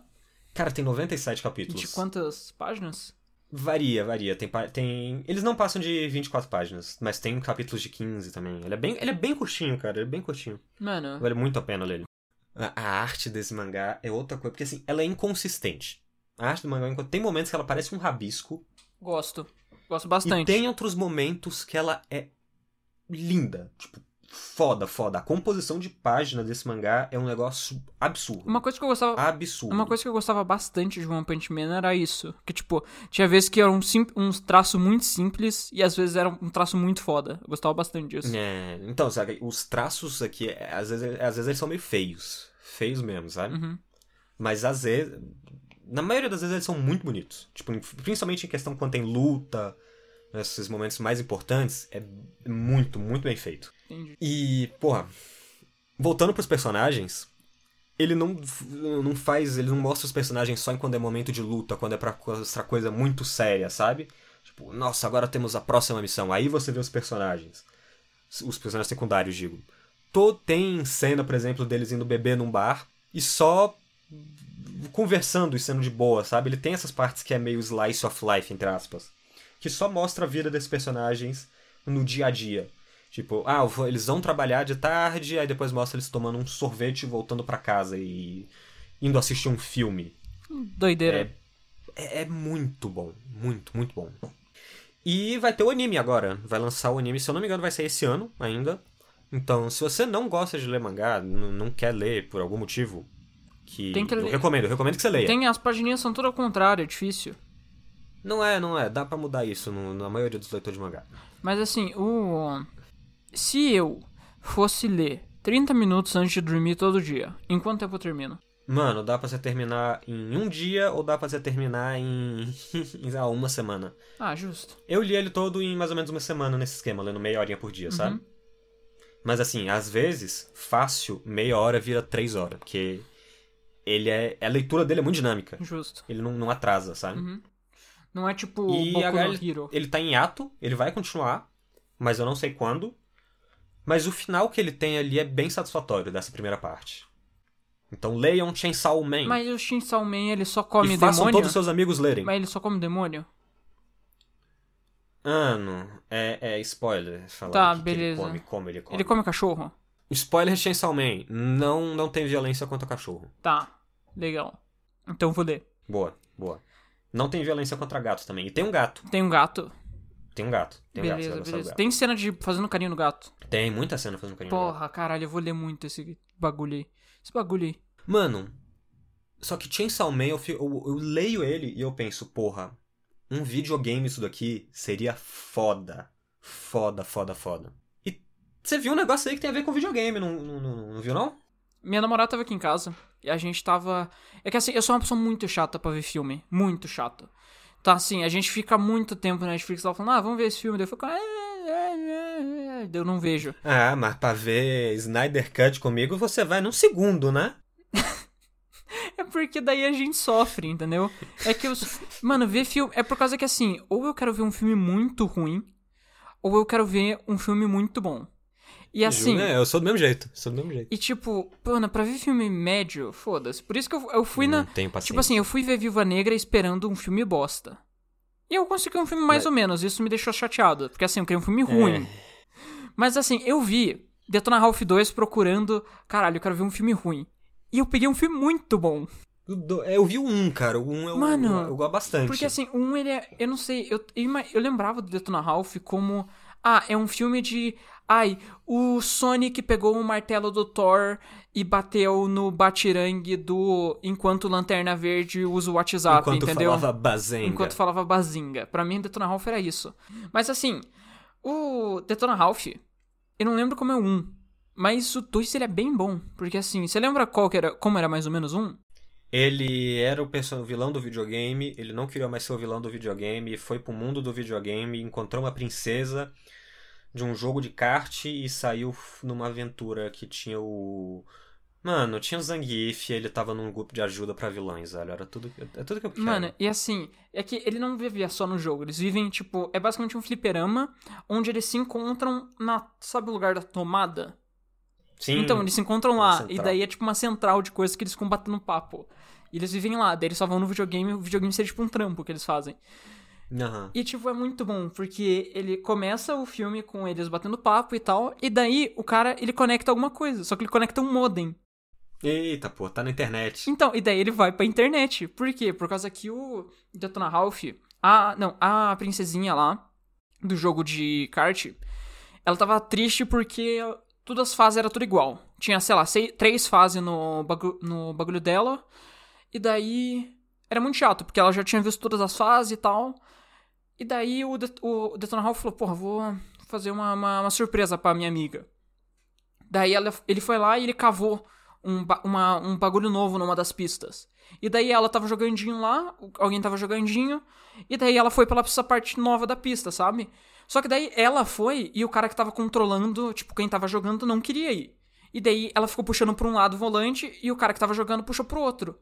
S2: Cara, tem 97
S1: E
S2: capítulos.
S1: De quantas páginas?
S2: Varia, varia. Tem, pa- tem... Eles não passam de 24 páginas, mas tem capítulos de 15 também. Ele é bem, ele é bem curtinho, cara. Ele é bem curtinho.
S1: Mano,
S2: Vale muito a pena ler ele. A, a arte desse mangá é outra coisa, porque assim, ela é inconsistente. A arte do mangá, é inco- tem momentos que ela parece um rabisco,
S1: gosto. Gosto bastante.
S2: e tem outros momentos que ela é linda. Tipo, foda, foda. A composição de página desse mangá é um negócio absurdo.
S1: Uma coisa que eu gostava.
S2: Absurdo.
S1: Uma coisa que eu gostava bastante de One Punch Man era isso. Que, tipo, tinha vezes que era um, sim- um traço muito simples e às vezes era um traço muito foda. Eu gostava bastante disso.
S2: É, então, sabe, os traços aqui, é, às vezes, às vezes eles são meio feios. Feios mesmo, sabe?
S1: Uhum.
S2: Mas às vezes. Na maioria das vezes eles são muito bonitos. Tipo, em- principalmente em questão quando tem luta, nesses momentos mais importantes, é muito, muito bem feito.
S1: Entendi.
S2: E, porra, voltando pros personagens, ele não, f- não faz. Ele não mostra os personagens só em quando é momento de luta, quando é pra mostrar coisa muito séria, sabe? Tipo, nossa, agora temos a próxima missão. Aí você vê os personagens. Os personagens secundários, digo. Tô, tem cena, por exemplo, deles indo beber num bar e só conversando e sendo de boa, sabe? Ele tem essas partes que é meio slice of life, entre aspas. Que só mostra a vida desses personagens no dia a dia. Tipo, ah, eu vou- eles vão trabalhar de tarde, aí depois mostra eles tomando um sorvete e voltando pra casa e indo assistir um filme.
S1: Doideira.
S2: É, é muito bom, muito, muito bom. E vai ter o anime agora. Vai lançar o anime, se eu não me engano, vai sair esse ano ainda. Então, se você não gosta de ler mangá, n- não quer ler por algum motivo, que,
S1: Tem que
S2: eu
S1: ler.
S2: recomendo, eu recomendo que você leia.
S1: Tem as pagininhas são todas ao contrário, é difícil.
S2: Não é, não é. Dá pra mudar isso no- na maioria dos leitores de mangá.
S1: Mas assim, o. Se eu fosse ler 30 minutos antes de dormir todo dia, em quanto tempo eu termino?
S2: Mano, dá pra você terminar em um dia ou dá pra você terminar em, em ah, uma semana.
S1: Ah, justo.
S2: Eu li ele todo em mais ou menos uma semana nesse esquema, lendo meia horinha por dia, sabe? Mas assim, às vezes, fácil, meia hora vira três horas, porque ele é. A leitura dele é muito dinâmica.
S1: Justo.
S2: Ele não, não atrasa, sabe?
S1: Não é tipo
S2: E
S1: Boku
S2: agora
S1: no Hero.
S2: Ele tá em ato, ele vai continuar, mas eu não sei quando. Mas o final que ele tem ali é bem satisfatório dessa primeira parte. Então leiam Chainsaw Man.
S1: Mas o Shinsaw Man, ele só
S2: e
S1: come
S2: façam
S1: demônio?
S2: todos os seus amigos lerem.
S1: Mas ele só come demônio?
S2: Ano, é, é spoiler. Falar
S1: Tá,
S2: o que que
S1: beleza.
S2: Ele come, como ele come.
S1: Ele come cachorro?
S2: Spoiler de Chainsaw Man, não, não tem violência contra cachorro.
S1: Tá. Legal. Então vou ler.
S2: Boa, boa. Não tem violência contra gato também. E tem um gato,
S1: Tem um gato.
S2: tem um gato. Tem um
S1: beleza,
S2: gato, você vai
S1: beleza.
S2: gostar do
S1: Tem cena de fazendo carinho no gato.
S2: gato. Tem muita cena fazendo carinho. no gato.
S1: Porra, caralho, eu vou ler muito esse bagulho aí. Esse bagulho aí.
S2: Mano, só que Chainsaw Man, eu, fi- eu- eu leio ele e eu penso, porra, um videogame isso daqui seria foda. Foda, foda, foda. E você viu um negócio aí que tem a ver com videogame, não, não, não- não viu não?
S1: Minha namorada tava aqui em casa e a gente tava. É que assim, eu sou uma pessoa muito chata pra ver filme. Muito chata. Tá assim, a gente fica muito tempo na Netflix lá falando, ah, vamos ver esse filme. Daí eu fico. "Ah, ah, ah, ah", daí Eu não vejo.
S2: Ah, mas pra ver Snyder Cut comigo, você vai num segundo, né?
S1: É porque daí a gente sofre, entendeu? É que eu. Mano, ver filme. É por causa que assim, ou eu quero ver um filme muito ruim, ou eu quero ver um filme muito bom. E assim.
S2: Ju, né? eu sou do mesmo jeito, sou do mesmo jeito.
S1: E tipo, mano, pra ver filme médio, foda-se. Por isso que eu, eu fui na.
S2: Não tenho paciência.
S1: Tipo assim, eu fui ver Viva Negra esperando um filme bosta. E eu consegui um filme mais ou menos, isso me deixou chateado. Porque assim, eu queria um filme ruim. Mas assim, eu vi Detona Ralph 2 procurando. Caralho, eu quero ver um filme ruim. E eu peguei um filme muito bom.
S2: O do- é, Eu vi o um, cara. O um eu,
S1: Mano,
S2: eu, eu gosto bastante.
S1: Porque assim, um ele é. Eu não sei, eu, eu ima- eu lembrava do Detona Ralph como. Ah, é um filme de. Ai, o Sonic pegou o martelo do Thor e bateu no batirangue do. Enquanto Lanterna Verde usa o WhatsApp,
S2: Enquanto
S1: entendeu?
S2: falava Bazenga.
S1: Enquanto falava bazinga. Pra mim, Detona Ralph era isso. Mas assim, o Detona Ralph, eu não lembro como é o 1. Mas o 2 ele é bem bom. Porque assim, você lembra qual que era, como era mais ou menos um?
S2: Ele era o perso- o vilão do videogame, ele não queria mais ser o vilão do videogame, foi pro mundo do videogame, encontrou uma princesa, de um jogo de kart e saiu numa aventura que tinha o. Mano, tinha o Zangief e ele tava num grupo de ajuda pra vilãs, velho. Era tudo, é tudo que eu quero.
S1: Mano, e assim, é que ele não vivia só no jogo, eles vivem, tipo, é basicamente um fliperama onde eles se encontram na. Sabe o lugar da tomada?
S2: Sim.
S1: Então, eles se encontram
S2: Uma
S1: lá, e
S2: central.
S1: daí é tipo uma central de coisas que eles ficam batendo papo. E eles vivem lá, daí eles só vão no videogame, o videogame seria tipo um trampo que eles fazem.
S2: Aham.
S1: E, tipo, é muito bom, porque ele começa o filme com eles batendo papo e tal, e daí o cara, ele conecta alguma coisa, só que ele conecta um modem.
S2: Eita, pô, tá na internet.
S1: Então, e daí ele vai pra internet. Por quê? Por causa que o Detona Ralph, a, não, a princesinha lá, do jogo de kart, ela tava triste porque todas as fases eram tudo igual. Tinha, sei lá, sei- três fases no, bagu- no bagulho dela, e daí era muito chato, porque ela já tinha visto todas as fases e tal. E daí o, Det- o Detona Ralph falou, porra, vou fazer uma, uma, uma surpresa pra minha amiga. Daí ela- ele foi lá e ele cavou um, ba- uma- um bagulho novo numa das pistas. E daí ela tava jogandinho lá, o- alguém tava jogandinho, e daí ela foi pela essa parte nova da pista, sabe? Só que daí ela foi e o cara que tava controlando, tipo, quem tava jogando não queria ir. E daí ela ficou puxando pra um lado o volante e o cara que tava jogando puxou pro outro.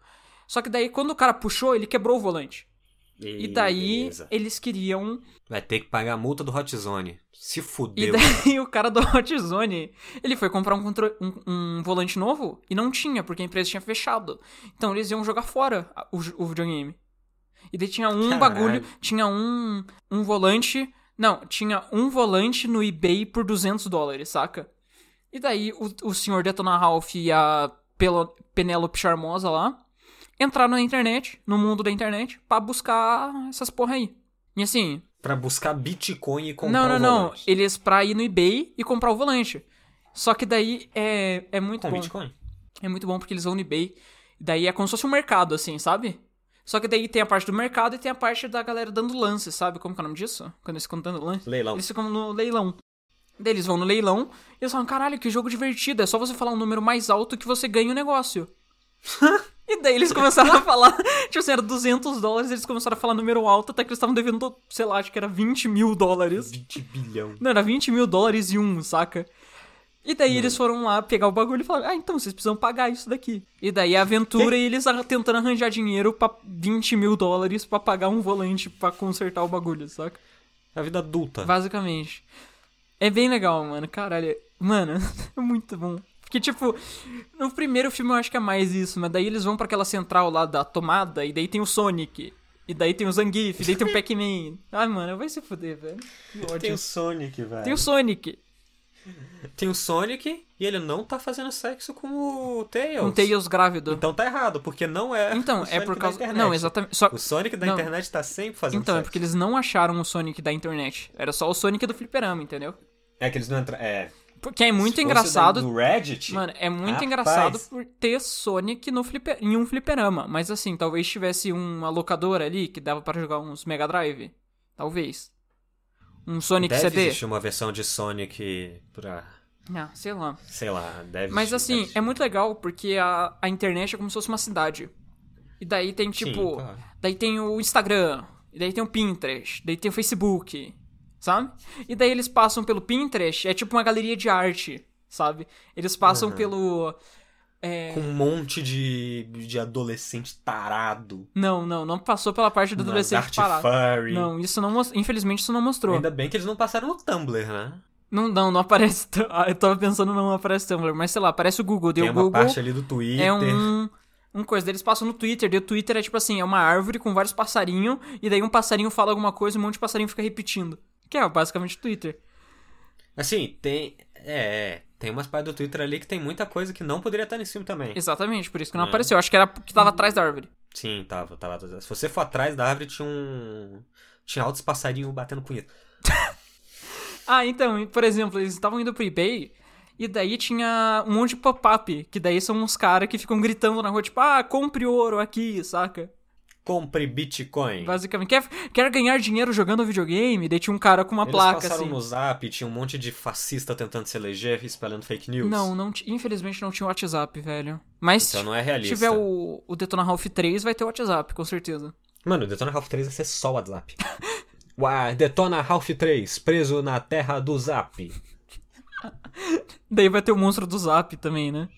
S1: Só que daí quando o cara puxou, ele quebrou o volante. E daí
S2: beleza.
S1: eles queriam
S2: Vai ter que pagar a multa do Hot Zone. Se
S1: e
S2: fudeu.
S1: daí o cara do Hot Zone, ele foi comprar um, contro- um- um volante novo e não tinha, porque a empresa tinha fechado. Então eles iam jogar fora a- o, jo- o videogame. E daí tinha um
S2: Caralho.
S1: bagulho, tinha um, um volante. Não, tinha um volante no eBay por 200 dólares, saca? E daí o, o senhor Detona Ralph e a Pelo- Penélope Charmosa lá entraram na internet, no mundo da internet, pra buscar essas porra aí. E assim,
S2: Pra buscar Bitcoin e comprar
S1: não, não,
S2: o
S1: não.
S2: volante.
S1: Eles pra ir no eBay e comprar o volante. Só que daí é, é muito
S2: Com
S1: bom.
S2: Bitcoin?
S1: É muito bom porque eles vão no eBay. Daí é como se fosse um mercado, assim, sabe? Só que daí tem a parte do mercado e tem a parte da galera dando lance, sabe? Como que é o nome disso? Quando eles ficam dando lance.
S2: Leilão.
S1: Eles ficam no leilão. Daí eles vão no leilão e eles falam, caralho, que jogo divertido. É só você falar um número mais alto que você ganha o negócio. e daí eles começaram a falar, tipo assim, era 200 dólares, eles começaram a falar número alto, até que eles estavam devendo, sei lá, acho que era 20 mil dólares.
S2: 20 bilhão.
S1: Não, era 20 mil dólares e um, saca? E daí eles foram lá pegar o bagulho e falaram, ah, então vocês precisam pagar isso daqui. E daí a aventura e eles ar- tentando arranjar dinheiro pra 20 mil dólares pra pagar um volante pra consertar o bagulho, saca?
S2: É a vida adulta.
S1: Basicamente. É bem legal, mano. Caralho. Mano, é muito bom. Porque, tipo, no primeiro filme eu acho que é mais isso, mas daí eles vão pra aquela central lá da tomada, e daí tem o Sonic, e daí tem o Zangief, e daí tem o Pac-Man. Ai, mano, vai se fuder, velho. Que ódio.
S2: Tem o Sonic, velho.
S1: Tem o Sonic.
S2: Tem o Sonic e ele não tá fazendo sexo com o Tails.
S1: Um Tails grávido.
S2: Então tá errado, porque não é.
S1: Então,
S2: o
S1: é
S2: Sonic
S1: por
S2: da
S1: causa.
S2: internet.
S1: Não, exatamente. Só...
S2: O Sonic da
S1: Não.
S2: internet tá sempre fazendo
S1: Então, é
S2: sexo.
S1: porque eles não acharam o Sonic da internet. Era só o Sonic do fliperama, entendeu?
S2: É que eles não entram. É.
S1: Porque é muito
S2: Se fosse
S1: engraçado.
S2: Do Reddit?
S1: Mano, é muito
S2: Rapaz.
S1: engraçado por ter Sonic no fliper... em um fliperama. Mas assim, talvez tivesse uma locadora ali que dava pra jogar uns Mega Drive. Talvez. Um Sonic
S2: deve
S1: CD.
S2: existir uma versão de Sonic pra.
S1: Ah, sei lá.
S2: Sei lá, deve
S1: Mas
S2: existir, deve
S1: assim,
S2: existir.
S1: é muito legal porque a, a internet é como se fosse uma cidade. E daí tem tipo.
S2: claro.
S1: Daí tem o Instagram. E daí tem o Pinterest. Daí tem o Facebook. Sabe? E daí eles passam pelo Pinterest. É tipo uma galeria de arte. Sabe? Eles
S2: Uhum.
S1: passam pelo. é-
S2: Com um monte de, de adolescente tarado.
S1: Não, não, não passou pela parte do adolescente
S2: Art
S1: parado.
S2: Furry.
S1: Não, isso não mostrou. Infelizmente isso não mostrou.
S2: Ainda bem que eles não passaram no Tumblr, né?
S1: Não, não, não aparece. t- Ah, Eu tava pensando não aparece Tumblr, mas sei lá, aparece o Google. Deu
S2: Tem
S1: o
S2: uma
S1: Google.
S2: parte ali do Twitter.
S1: É um. Um coisa, daí eles passam no Twitter, daí o Twitter é tipo assim, é uma árvore com vários passarinhos, e daí um passarinho fala alguma coisa e um monte de passarinho fica repetindo. Que é basicamente o Twitter.
S2: Assim, tem. É, é, tem umas partes do Twitter ali que tem muita coisa que não poderia estar nesse filme também.
S1: Exatamente, por isso que não
S2: É.
S1: apareceu. Acho que era que tava atrás da árvore.
S2: Sim, tava, tava. Se você for atrás da árvore, tinha um. Tinha altos passarinhos batendo punheta.
S1: Ah, então, e, por exemplo, eles estavam indo pro eBay, e daí tinha um monte de pop-up, que daí são uns caras que ficam gritando na rua, tipo, ah, compre ouro aqui, saca?
S2: Compre Bitcoin.
S1: Basicamente, quer, quer ganhar dinheiro jogando videogame? Daí tinha um cara com uma
S2: Eles
S1: placa
S2: passaram
S1: assim.
S2: no zap, tinha um monte de fascista tentando se eleger, espalhando fake news.
S1: Não, não, ti- infelizmente não tinha o WhatsApp, velho. Mas
S2: Então não é realista.
S1: Se tiver o, o Detona Ralph 3, vai ter o WhatsApp, com certeza.
S2: Mano, o Detona Ralph 3 vai ser só WhatsApp. Uá, detona Ralph 3, preso na terra do Zap.
S1: Daí vai ter o monstro do Zap também, né?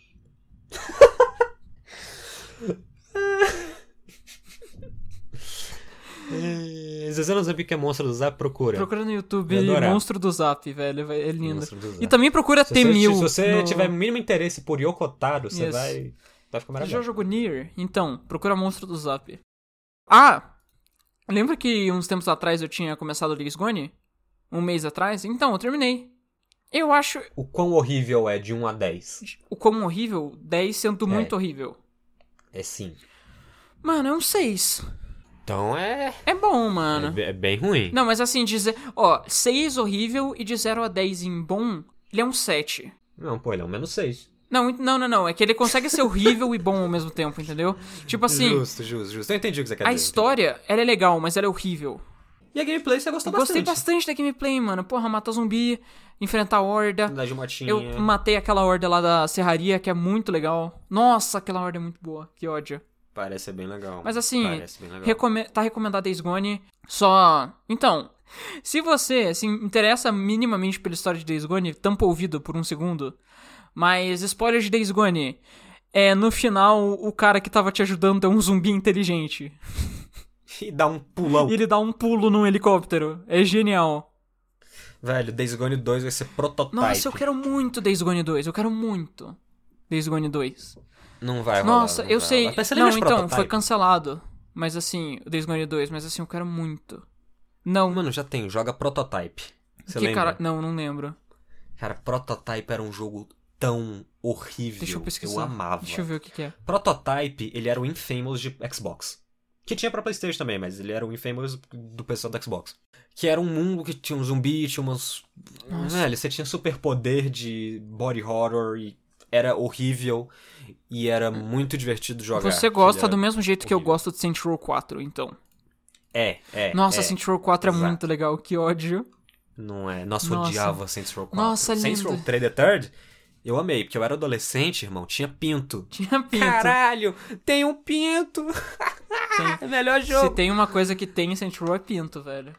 S2: É, Se você não sabe o que é monstro do Zap, procura.
S1: Procura no YouTube
S2: Ia adorar.
S1: Monstro do Zap, velho. vai- É lindo.
S2: Monstro do Zap.
S1: E também procura
S2: Se você,
S1: T1000.
S2: se você
S1: no-
S2: tiver o mínimo interesse por Yokotaro, você
S1: Isso.
S2: vai. Vai ficar
S1: Você já
S2: maravilhoso.
S1: jogou Nier? Então, procura Monstro do Zap. Ah! Lembra que uns tempos atrás eu tinha começado o Days Gone? Um mês atrás? Então, eu terminei. Eu acho
S2: O quão horrível é de 1 a 10?
S1: o como horrível 10 sendo muito horrível.
S2: É sim.
S1: Mano, é um 6.
S2: Então é.
S1: É bom, mano.
S2: É, be- é bem ruim.
S1: Não, mas assim, dizer. Ó, 6 horrível e de 0 a 10 em bom, ele é um 7.
S2: Não, pô, ele é um menos 6.
S1: Não, ent- não, não, não. É que ele consegue ser horrível e bom ao mesmo tempo, entendeu? Tipo assim,
S2: Justo, justo, justo. Eu entendi o que você quer
S1: a
S2: dizer.
S1: história, ela é legal, mas ela é horrível.
S2: E a gameplay você gostou
S1: Eu Gostei
S2: Tá bastante.
S1: bastante da gameplay, mano. Porra, matar zumbi, enfrentar a horda.
S2: Da Jumotinha.
S1: Eu matei aquela horda lá da serraria, que é muito legal. Nossa, aquela horda é muito boa. Que ódio.
S2: Parece ser bem legal.
S1: Mas assim,
S2: Parece bem legal.
S1: Recome- tá recomendado Days Gone. Só. Então, se você se interessa minimamente pela história de Days Gone, tampa o ouvido por um segundo. Mas spoiler de Days Gone. É, no final, o cara que tava te ajudando é um zumbi inteligente.
S2: E dá um pulão.
S1: E ele dá um pulo num helicóptero. É genial.
S2: Velho, Days Gone 2 vai ser prototype.
S1: Nossa, eu quero muito Days Gone 2. Eu quero muito Days Gone 2.
S2: Não vai rolar,
S1: Nossa,
S2: não
S1: eu
S2: vai
S1: sei.
S2: rolar. Mas você
S1: Não,
S2: lembra de
S1: então,
S2: prototype?
S1: foi cancelado. Mas assim, o Days Gone 2, mas assim, eu quero muito. Não,
S2: Mano, já tem. Joga Prototype. Você
S1: que
S2: lembra?
S1: cara. Não, não lembro.
S2: Cara, Prototype era um jogo tão horrível.
S1: Deixa eu pesquisar.
S2: Eu amava.
S1: Deixa eu ver o que, que é.
S2: Prototype, ele era o Infamous de Xbox. Que tinha pra Playstation também, mas ele era o Infamous do pessoal do Xbox. Que era um mundo que tinha um zumbi, tinha umas...
S1: Nossa.
S2: Velho, você tinha superpoder de body horror e era horrível. E era muito divertido jogar.
S1: É. Você gosta
S2: Ele
S1: do mesmo jeito que eu
S2: horrível.
S1: gosto de Saints Row 4, então.
S2: era- É, é.
S1: Nossa,
S2: é.
S1: Saints Row 4 é
S2: exato.
S1: muito legal, que ódio.
S2: Não é. Nossa, eu
S1: Nossa.
S2: odiava Saints Row 4.
S1: Nossa,
S2: Saints
S1: lindo.
S2: Row 3 The Third, eu amei, porque eu era adolescente, irmão, tinha pinto.
S1: Tinha pinto.
S2: Caralho, tem um pinto!
S1: Tem.
S2: Melhor
S1: Se
S2: jogo.
S1: tem uma coisa que tem em Saints Row é pinto, velho.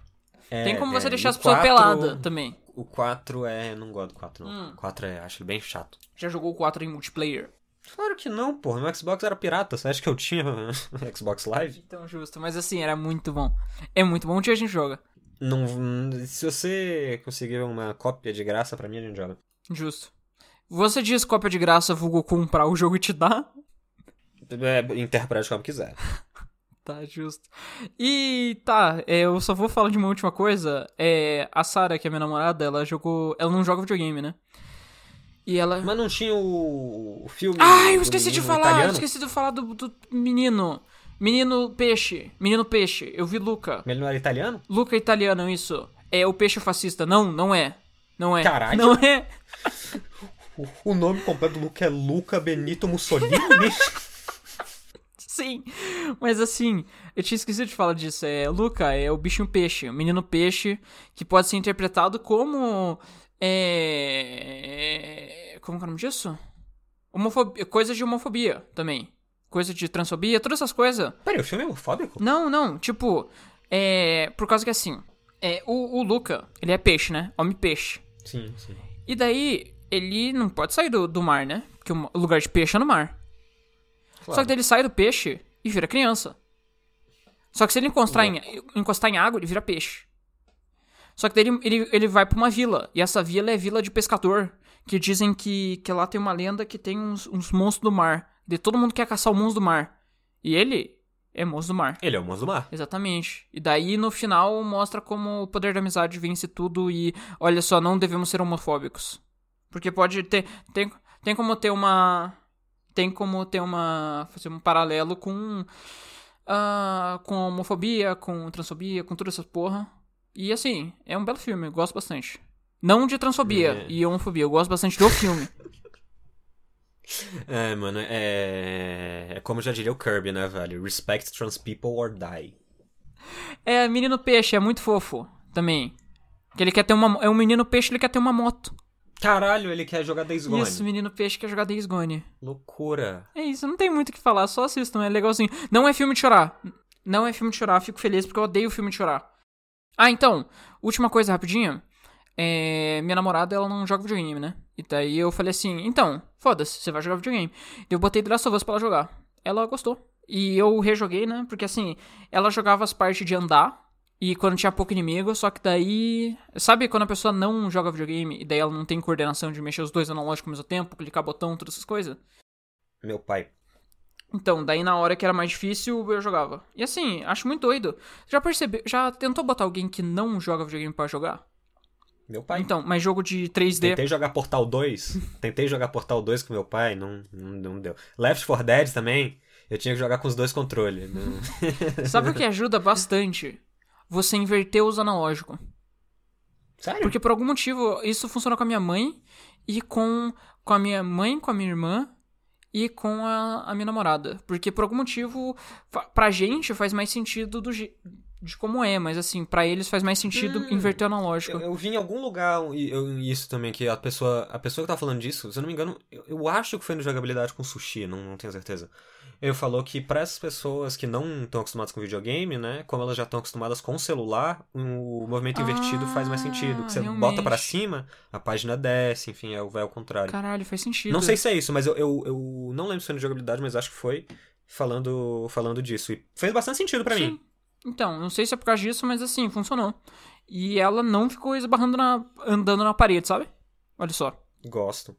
S2: É,
S1: tem como
S2: velho,
S1: você
S2: e
S1: deixar as
S2: o
S1: pessoas
S2: quatro-
S1: peladas também.
S2: O 4 é. Não gosto do 4, não. O 4 é. Acho ele bem chato.
S1: Já jogou o 4 em multiplayer?
S2: Claro que não, porra. Meu Xbox era pirata. Você acha que eu tinha Xbox Live?
S1: Então, justo. Mas assim, era muito bom. É muito bom. Um dia a gente joga.
S2: Não. Se você conseguir uma cópia de graça pra mim, a gente joga.
S1: Justo. Você diz cópia de graça, vulgo comprar o jogo e te dá?
S2: É, interprete como quiser.
S1: Tá, justo. E tá, é, eu só vou falar de uma última coisa. É, a Sarah, que é minha namorada, ela jogou. Ela não joga videogame, né? E ela.
S2: Mas não tinha o, o filme.
S1: Ah, eu
S2: do
S1: esqueci de
S2: menino
S1: falar! Eu
S2: Italiano?
S1: esqueci de falar do, do menino. Menino peixe. Menino peixe. Eu vi Luca.
S2: Ele não era italiano?
S1: Luca italiano, isso. É o peixe fascista. Não, não é. Não é.
S2: Caralho.
S1: Não é.
S2: O, o nome completo do Luca é Luca Benito Mussolini?
S1: Sim, mas assim, eu tinha esquecido de falar disso. É, Luca é o bichinho peixe, o menino peixe, que pode ser interpretado como. É. Como que é o nome disso? Homofobia, coisa de homofobia também. Coisa de transfobia, todas essas coisas.
S2: Peraí, o filme é homofóbico?
S1: Não, não, tipo. É. Por causa que assim. É, o, o Luca, ele é peixe, né? Homem-peixe.
S2: Sim, sim.
S1: E daí, ele não pode sair do, do mar, né? Porque o lugar de peixe é no mar. Só que daí ele sai do peixe e vira criança. Só que se ele encostar, em, encostar em água, ele vira peixe. Só que daí ele, ele, ele vai pra uma vila. E essa vila é vila de pescador. Que dizem que, que lá tem uma lenda que tem uns, uns monstros do mar. De todo mundo quer caçar o monstro do mar. E ele é monstro do mar.
S2: Ele é o Monstro do Mar.
S1: Exatamente. E daí no final mostra como o poder da amizade vence tudo e olha só, não devemos ser homofóbicos. Porque pode ter tem, tem como ter uma tem como ter uma fazer um paralelo com ah, com a homofobia, com transfobia, com toda essa porra. E assim, é um belo filme, eu gosto bastante. Não de transfobia
S2: É.
S1: e homofobia, eu gosto bastante do filme.
S2: É, mano, é. É como já diria o Kirby, né, velho? Respect trans people or die.
S1: É menino peixe, é muito fofo também. Que ele quer ter uma é um menino peixe, ele quer ter uma moto.
S2: Caralho, ele quer jogar Days Gone.
S1: Isso, menino peixe quer jogar Days Gone.
S2: Loucura.
S1: É isso, não tem muito o que falar, só assistam, é legalzinho. Não é filme de chorar. Não é filme de chorar, fico feliz porque eu odeio filme de chorar. Ah, então, última coisa rapidinho. É, minha namorada, ela não joga videogame, né? E daí eu falei assim, então, foda-se, você vai jogar videogame. Eu botei The Last of Us pra ela jogar. Ela gostou. E eu rejoguei, né? Porque assim, ela jogava as partes de andar e quando tinha pouco inimigo, só que daí. Sabe quando a pessoa não joga videogame e daí ela não tem coordenação de mexer os dois analógicos ao mesmo tempo, clicar botão, todas essas coisas?
S2: Meu pai.
S1: Então, daí na hora que era mais difícil, eu jogava. E assim, acho muito doido. Já percebeu, já tentou botar alguém que não joga videogame pra jogar?
S2: Meu pai.
S1: Então, mas jogo de 3D.
S2: Tentei jogar Portal 2. Tentei jogar Portal 2 com meu pai, não, não, não deu. Left 4 Dead também. Eu tinha que jogar com os dois controles. né?
S1: Sabe o que ajuda bastante? Você inverter os analógicos.
S2: Sério?
S1: Porque por algum motivo isso funcionou com a minha mãe e com, com a minha mãe, com a minha irmã e com a, a minha namorada. Porque por algum motivo fa- pra gente faz mais sentido do je- de como é, mas assim, pra eles faz mais sentido
S2: Hum.
S1: inverter o analógico.
S2: Eu, eu vi em algum lugar um, e- eu- isso também, que a pessoa, a pessoa que tá falando disso, se eu não me engano, eu, eu acho que foi no Jogabilidade com Sushi, não, não tenho certeza. Ele falou que pra essas pessoas que não estão acostumadas com videogame, né, como elas já estão acostumadas com o celular, o movimento invertido faz mais
S1: Ah,
S2: sentido. Que você
S1: realmente.
S2: bota pra cima, a página desce, enfim, é, o- vai ao contrário.
S1: Caralho, faz sentido.
S2: Não sei se é isso, mas eu, eu, eu não lembro se foi no Jogabilidade, mas acho que foi falando, falando disso. E fez bastante sentido pra
S1: Sim.
S2: mim.
S1: Então, não sei se é por causa disso, mas assim, funcionou. E ela não ficou esbarrando na. andando na parede, sabe? Olha só.
S2: Gosto.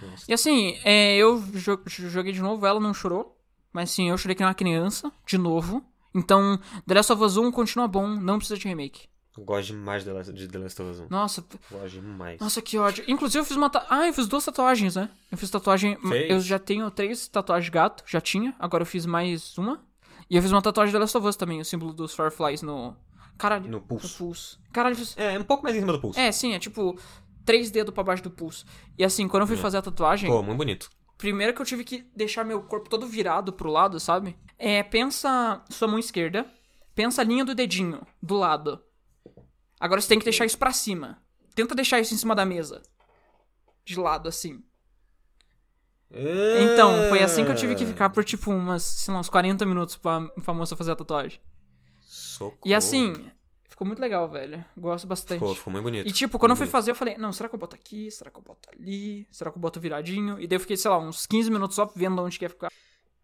S2: Gosto.
S1: E assim, é, eu jo- joguei de novo, ela não chorou. Mas sim, eu chorei que nem uma criança, de novo. Então, The Last of Us 1 continua bom, não precisa de remake.
S2: Gosto demais de The Last- de The Last of Us 1.
S1: Nossa, p-
S2: Gosto demais.
S1: nossa, que ódio. Inclusive, eu fiz uma. ta- Ah, eu fiz duas tatuagens, né? Eu fiz tatuagem.
S2: Fez?
S1: Eu já tenho três tatuagens de gato, já tinha. Agora eu fiz mais uma. E eu fiz uma tatuagem de The Last of Us também, o símbolo dos Fireflies no. Caralho.
S2: No pulso.
S1: pulso. Caralho, eu fiz.
S2: É, é um pouco mais em cima do pulso.
S1: É, sim, é tipo três dedos pra baixo do pulso. E assim, quando eu fui fazer a tatuagem,
S2: É. Pô, muito bonito.
S1: primeiro que eu tive que deixar meu corpo todo virado pro lado, sabe? É, pensa sua mão esquerda, pensa a linha do dedinho do lado. Agora você tem que deixar isso pra cima. Tenta deixar isso em cima da mesa. De lado, assim. Então, foi assim que eu tive que
S2: É.
S1: ficar por tipo umas, sei lá, uns 40 minutos pra, pra moça fazer a tatuagem.
S2: É, Socorro.
S1: E assim, ficou muito legal, velho. Gosto bastante.
S2: Pô, ficou muito bonito.
S1: E tipo, quando eu fui
S2: Muito bonito.
S1: fazer, eu falei, não, será que eu boto aqui? Será que eu boto ali? Será que eu boto viradinho? E daí eu fiquei, sei lá, uns 15 minutos só vendo onde que ia ficar.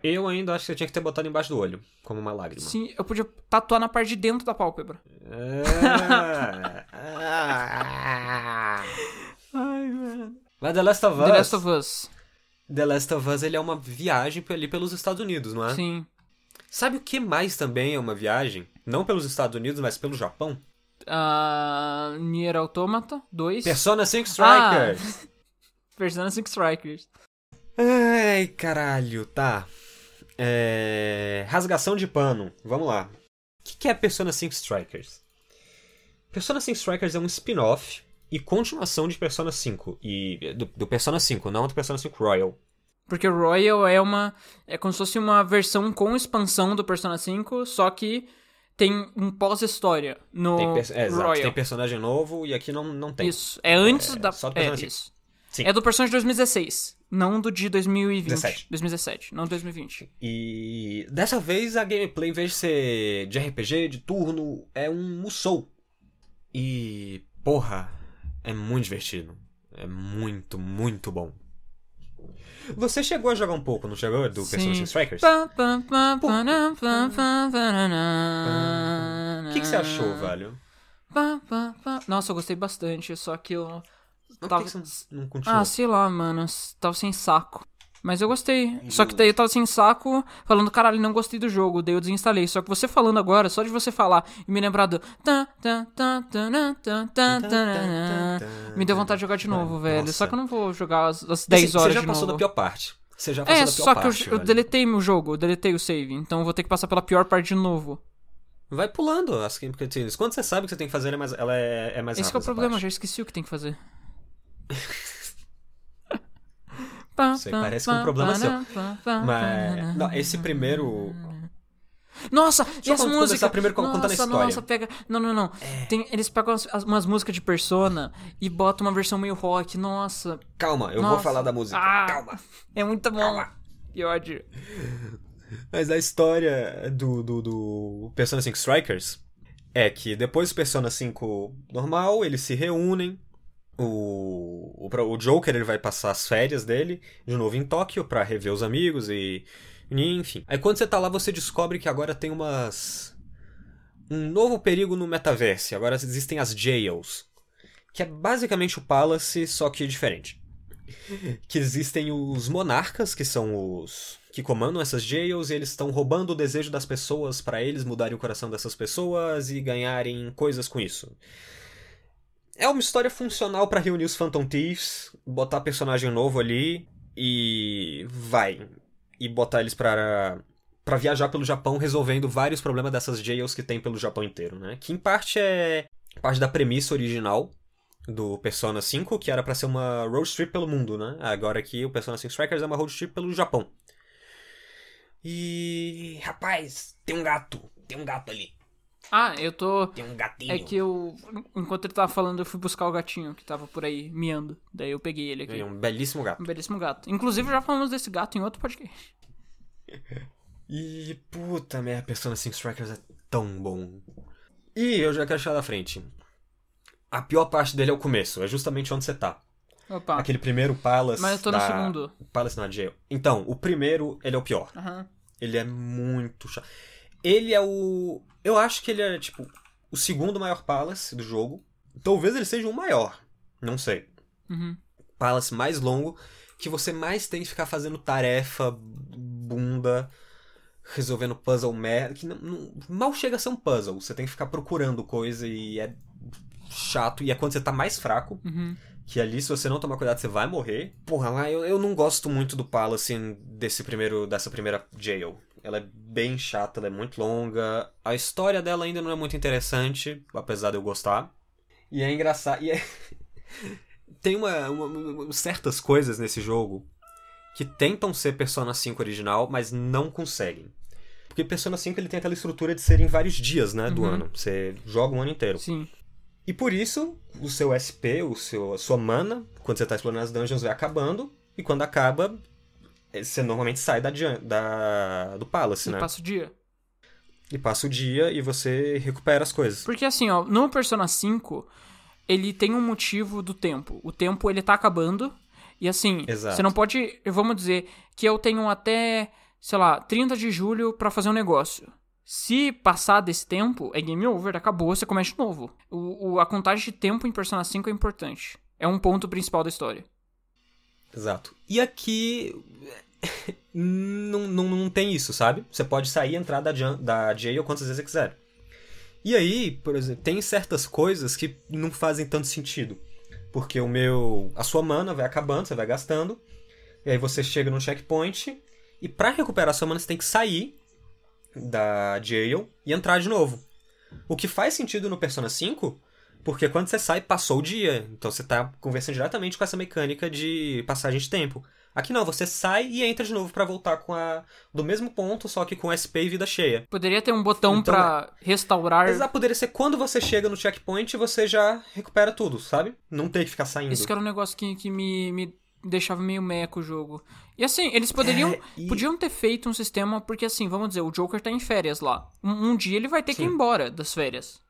S2: Eu ainda acho que eu tinha que ter botado embaixo do olho, como uma lágrima.
S1: Sim, eu podia tatuar na parte de dentro da pálpebra.
S2: É. Ah.
S1: Ai, velho.
S2: Mas The Last of Us.
S1: The Last of Us.
S2: The Last of Us, ele é uma viagem ali pelos Estados Unidos, não é?
S1: Sim.
S2: Sabe o que mais também é uma viagem? Não pelos Estados Unidos, mas pelo Japão?
S1: Ah, Nier Automata 2.
S2: Persona 5
S1: Ah,
S2: Strikers!
S1: Persona 5 Strikers.
S2: Ai, caralho, tá. É... Rasgação de pano, vamos lá. O que que é Persona 5 Strikers? Persona 5 Strikers é um spin-off e continuação de Persona 5. E do, do Persona 5, não do Persona 5 Royal.
S1: Porque o Royal é uma. É como se fosse uma versão com expansão do Persona 5, só que tem um pós-história no
S2: Tem, pers- é, exato,
S1: Oh, Royal.
S2: tem personagem novo e aqui não, não tem.
S1: Isso. É antes da.
S2: Então, só do
S1: é,
S2: Persona 5.
S1: isso.
S2: Sim.
S1: É do Persona de 2016. Não do de 2020.
S2: 17.
S1: 2017, não 2020.
S2: E dessa vez a gameplay, em vez de ser de RPG, de turno, é um Musou. E, porra, é muito divertido. É muito, muito bom. Você chegou a jogar um pouco, não chegou? Do Persona
S1: Sim.
S2: 5 Strikers?
S1: Pá, pá, pá,
S2: Pô.
S1: pá, na, pá, pá, pá, na, na.
S2: O que, que você achou, velho?
S1: Pá, pá, pá. Nossa, eu gostei bastante, só que eu.
S2: Mas
S1: Tava...
S2: Por que, que você não continuou?
S1: Ah, sei lá, mano. s- Tava sem saco. Mas eu gostei. Só que daí eu tava sem saco, falando, caralho, não gostei do jogo. Daí eu desinstalei. Só que você falando agora, só de você falar e me lembrar do. tan, tan, tan, tan, tan, tan, tan, Me deu vontade de jogar de novo, velho. Só que eu não vou jogar as, as 10 horas
S2: Você já
S1: de
S2: passou
S1: novo.
S2: da pior parte. Você já passou
S1: É,
S2: da pior
S1: só que eu,
S2: parte.
S1: eu
S2: velho.
S1: deletei meu jogo, eu deletei o save, então eu vou ter que passar pela pior parte de novo.
S2: Vai pulando as gameplays. Quando você sabe o que você tem que fazer, ela é mais, ela é, é mais
S1: Esse que é o
S2: rápida, essa
S1: problema, eu
S2: parte.
S1: já esqueci o que tem que fazer. Pá,
S2: Isso aí
S1: pá,
S2: parece que é um
S1: pá,
S2: problema
S1: pá,
S2: seu.
S1: pá, pá, pá,
S2: Mas,
S1: pá,
S2: não, esse primeiro
S1: Nossa, e
S2: eu
S1: as
S2: con-
S1: músicas?
S2: começar primeiro con-
S1: nossa,
S2: contando a história. É.
S1: nossa, pega. Não, não, não. Tem- eles pegam as- as- umas músicas de Persona e botam uma versão meio rock. Nossa,
S2: Calma, eu
S1: Nossa.
S2: vou falar da música.
S1: Ah.
S2: Calma.
S1: é muito bom.
S2: Calma.
S1: Que ódio.
S2: Mas a história do, do, do Persona 5 Strikers é que depois do Persona 5 normal, eles se reúnem. O, o, pro- o Joker ele vai passar as férias dele de novo em Tóquio pra rever os amigos e. e Enfim. Aí quando você tá lá, você descobre que agora tem umas. Um novo perigo no metaverse. Agora existem as jails. Que é basicamente o Palace, só que diferente. Que existem os monarcas, que são os. que comandam essas jails, e eles estão roubando o desejo das pessoas pra eles mudarem o coração dessas pessoas e ganharem coisas com isso. É uma história funcional pra reunir os Phantom Thieves, botar personagem novo ali e vai e botar eles pra para viajar pelo Japão resolvendo vários problemas dessas jails que tem pelo Japão inteiro, né? Que em parte é parte da premissa original do Persona 5, que era pra ser uma road trip pelo mundo, né? Agora aqui o Persona 5 Strikers é uma road trip pelo Japão. E rapaz, tem um gato, tem um gato ali,
S1: Ah, eu tô.
S2: tem um gatinho.
S1: É que eu. Enquanto ele tava falando, eu fui buscar o gatinho que tava por aí miando. Daí eu peguei ele aqui.
S2: É um belíssimo gato.
S1: Um belíssimo gato. Inclusive, já falamos desse gato em outro podcast.
S2: E puta merda, Persona 5 Strikers é tão bom. E eu já quero achar da frente. A pior parte dele é o começo, é justamente onde você tá.
S1: Opa.
S2: Aquele primeiro Palace.
S1: Ah. Mas eu tô no
S2: da-
S1: segundo.
S2: Palace na Jail. Então, o primeiro, ele é o pior.
S1: Aham.
S2: Ele é muito chato. Ele é o. Eu acho que ele é, tipo, o segundo maior Palace do jogo. Talvez ele seja o maior. Não sei.
S1: Uhum.
S2: Palace mais longo que você mais tem que ficar fazendo tarefa, bunda, resolvendo puzzle merda. Que não- não- mal chega a ser um puzzle. Você tem que ficar procurando coisa e é chato. E é quando você tá mais fraco.
S1: Uhum.
S2: Que ali, se você não tomar cuidado, você vai morrer. Porra, lá eu, eu não gosto muito do Palace desse primeiro, dessa primeira jail. Ela é bem chata, ela é muito longa. A história dela ainda não é muito interessante, apesar de eu gostar. E é engraçado. E é... tem uma, uma- uma- certas coisas nesse jogo que tentam ser Persona 5 original, mas não conseguem. Porque Persona 5 ele tem aquela estrutura de ser em vários dias, né, do
S1: Uhum.
S2: ano. Você joga um ano inteiro.
S1: Sim.
S2: E por isso, o seu SP, o seu, a sua mana, quando você tá explorando as dungeons, vai acabando. E quando acaba, eh, você normalmente sai da, dun- da- do Palace,
S1: E
S2: né?
S1: passa o dia.
S2: E passa o dia e você recupera as coisas.
S1: Porque assim, ó, no Persona 5, ele tem um motivo do tempo. O tempo ele tá acabando. E assim,
S2: Exato.
S1: você não pode. Vamos dizer que eu tenho até, sei lá, 30 de julho pra fazer um negócio. Se passar desse tempo, é game over, acabou, você começa de novo. O, o- a contagem de tempo em Persona 5 é importante. É um ponto principal da história.
S2: Exato. E aqui. não, não, não tem isso, sabe? Você pode sair e entrar da, jun- da jail quantas vezes você quiser. E aí, por exemplo, tem certas coisas que não fazem tanto sentido. Porque o meu. A sua mana vai acabando, você vai gastando. E aí você chega num checkpoint. E pra recuperar a sua mana, você tem que sair da jail e entrar de novo. O que faz sentido no Persona 5, porque quando você sai, passou o dia. Então você tá conversando diretamente com essa mecânica de passagem de tempo. Aqui não, você sai e entra de novo pra voltar com a do mesmo ponto, só que com SP e vida cheia.
S1: Poderia ter um botão
S2: Então,
S1: pra restaurar.
S2: Mas ah, poderia ser quando você chega no checkpoint, você já recupera tudo, sabe? Não tem que ficar saindo.
S1: Esse que era um negócio que, que me, me deixava meio meco o jogo. E assim, eles poderiam.
S2: É, e-
S1: Podiam ter feito um sistema, porque assim, vamos dizer, o Joker tá em férias lá. Um, um dia ele vai ter que ir
S2: Sim.
S1: embora das férias.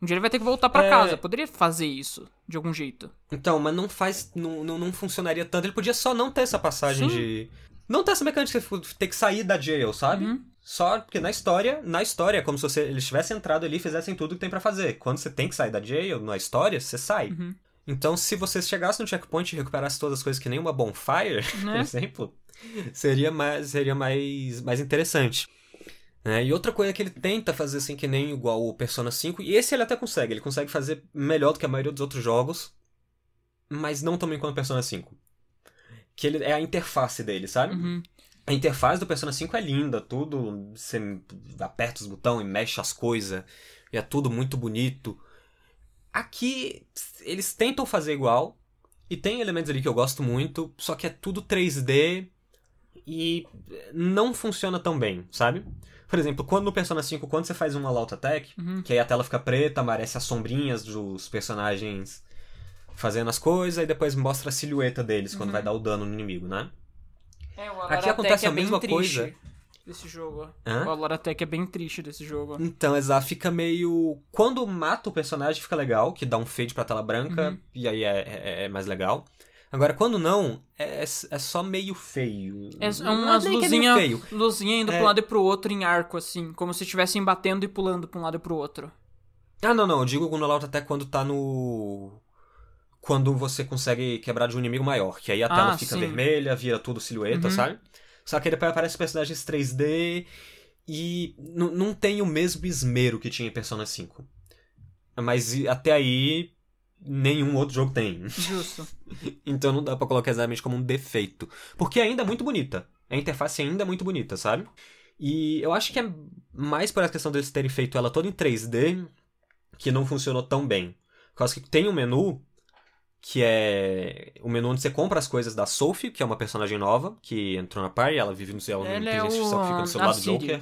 S1: Um dia ele vai ter que voltar pra
S2: É.
S1: casa. Poderia fazer isso de algum jeito.
S2: Então, mas não faz. Não, não, não funcionaria tanto. Ele podia só não ter essa passagem
S1: Sim.
S2: de. Não ter essa mecânica de você ter que sair da jail, sabe?
S1: Uhum.
S2: Só porque na história, na história, é como se você, eles tivessem entrado ali e fizessem tudo que tem pra fazer. Quando você tem que sair da jail, na história, você sai.
S1: Uhum.
S2: Então, se você chegasse no checkpoint e recuperasse todas as coisas que nem uma bonfire, por
S1: Né?
S2: exemplo, seria mais, seria mais, mais interessante. né? E outra coisa que ele tenta fazer assim, que nem igual o Persona 5, e esse ele até consegue, ele consegue fazer melhor do que a maioria dos outros jogos, mas não tão bem quanto o Persona 5. Que ele, é a interface dele, sabe?
S1: Uhum.
S2: A interface do Persona 5 é linda, tudo. Você aperta os botões e mexe as coisas, e é tudo muito bonito. Aqui, eles tentam fazer igual, e tem elementos ali que eu gosto muito, só que é tudo 3D e não funciona tão bem, sabe? Por exemplo, quando no Persona 5, quando você faz um all-out attack,
S1: Uhum.
S2: que aí a tela fica preta, aparece as sombrinhas dos personagens fazendo as coisas, e depois mostra a silhueta deles quando
S1: Uhum.
S2: vai dar o dano no inimigo, né?
S1: É, o
S2: Aqui acontece a mesma coisa.
S1: desse jogo.
S2: Hã?
S1: O Loratec é bem triste desse jogo.
S2: Então, exato, fica meio. Quando mata o personagem, fica legal, que dá um fade pra tela branca,
S1: Uhum.
S2: e aí é, é- é mais legal. Agora, quando não, é, é só meio feio.
S1: É, é
S2: Não
S1: umas
S2: nem que é meio
S1: luzinha-
S2: feio.
S1: Luzinha indo
S2: É.
S1: pra um lado e pro outro em arco, assim. Como se estivessem batendo e pulando pra um lado e pro outro.
S2: Ah, não, não, eu digo o Gunolauta até quando tá no. Quando você consegue quebrar de um inimigo maior, que aí a tela
S1: Ah,
S2: fica
S1: sim.
S2: vermelha, vira tudo silhueta,
S1: Uhum.
S2: sabe? Só que depois aparecem personagens 3D e n- não tem o mesmo esmero que tinha em Persona 5. Mas e- até aí, nenhum outro jogo tem.
S1: Justo.
S2: Então não dá pra colocar exatamente como um defeito. Porque ainda é muito bonita. A interface ainda é muito bonita, sabe? E eu acho que é mais por essa questão deles terem feito ela toda em 3D que não funcionou tão bem. Por causa que tem um menu que é o menu onde você compra as coisas da Sophie, que é uma personagem nova que entrou na party, ela vive no seu
S1: Ela é
S2: inteligência artificial que fica no seu
S1: o- a
S2: lado
S1: Siri.
S2: Joker.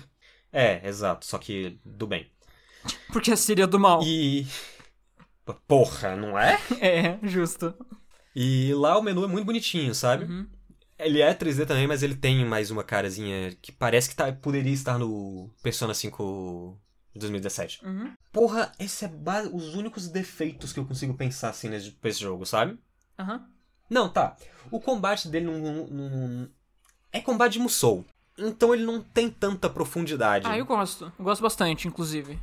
S2: É, exato, só que do bem.
S1: Porque a Síria é do mal.
S2: E porra, não é?
S1: É, justo.
S2: E lá o menu é muito bonitinho, sabe?
S1: Uhum.
S2: Ele é 3D também, mas ele tem mais uma carazinha que parece que tá- poderia estar no Persona 5 de 2017.
S1: Uhum.
S2: Porra, esse é ba- os únicos defeitos que eu consigo pensar assim nesse, pra esse jogo, sabe?
S1: Aham.
S2: Não, tá. O combate dele não, não- não- É combate de Musou. Então ele não tem tanta profundidade.
S1: Ah, eu gosto. Eu gosto bastante, inclusive.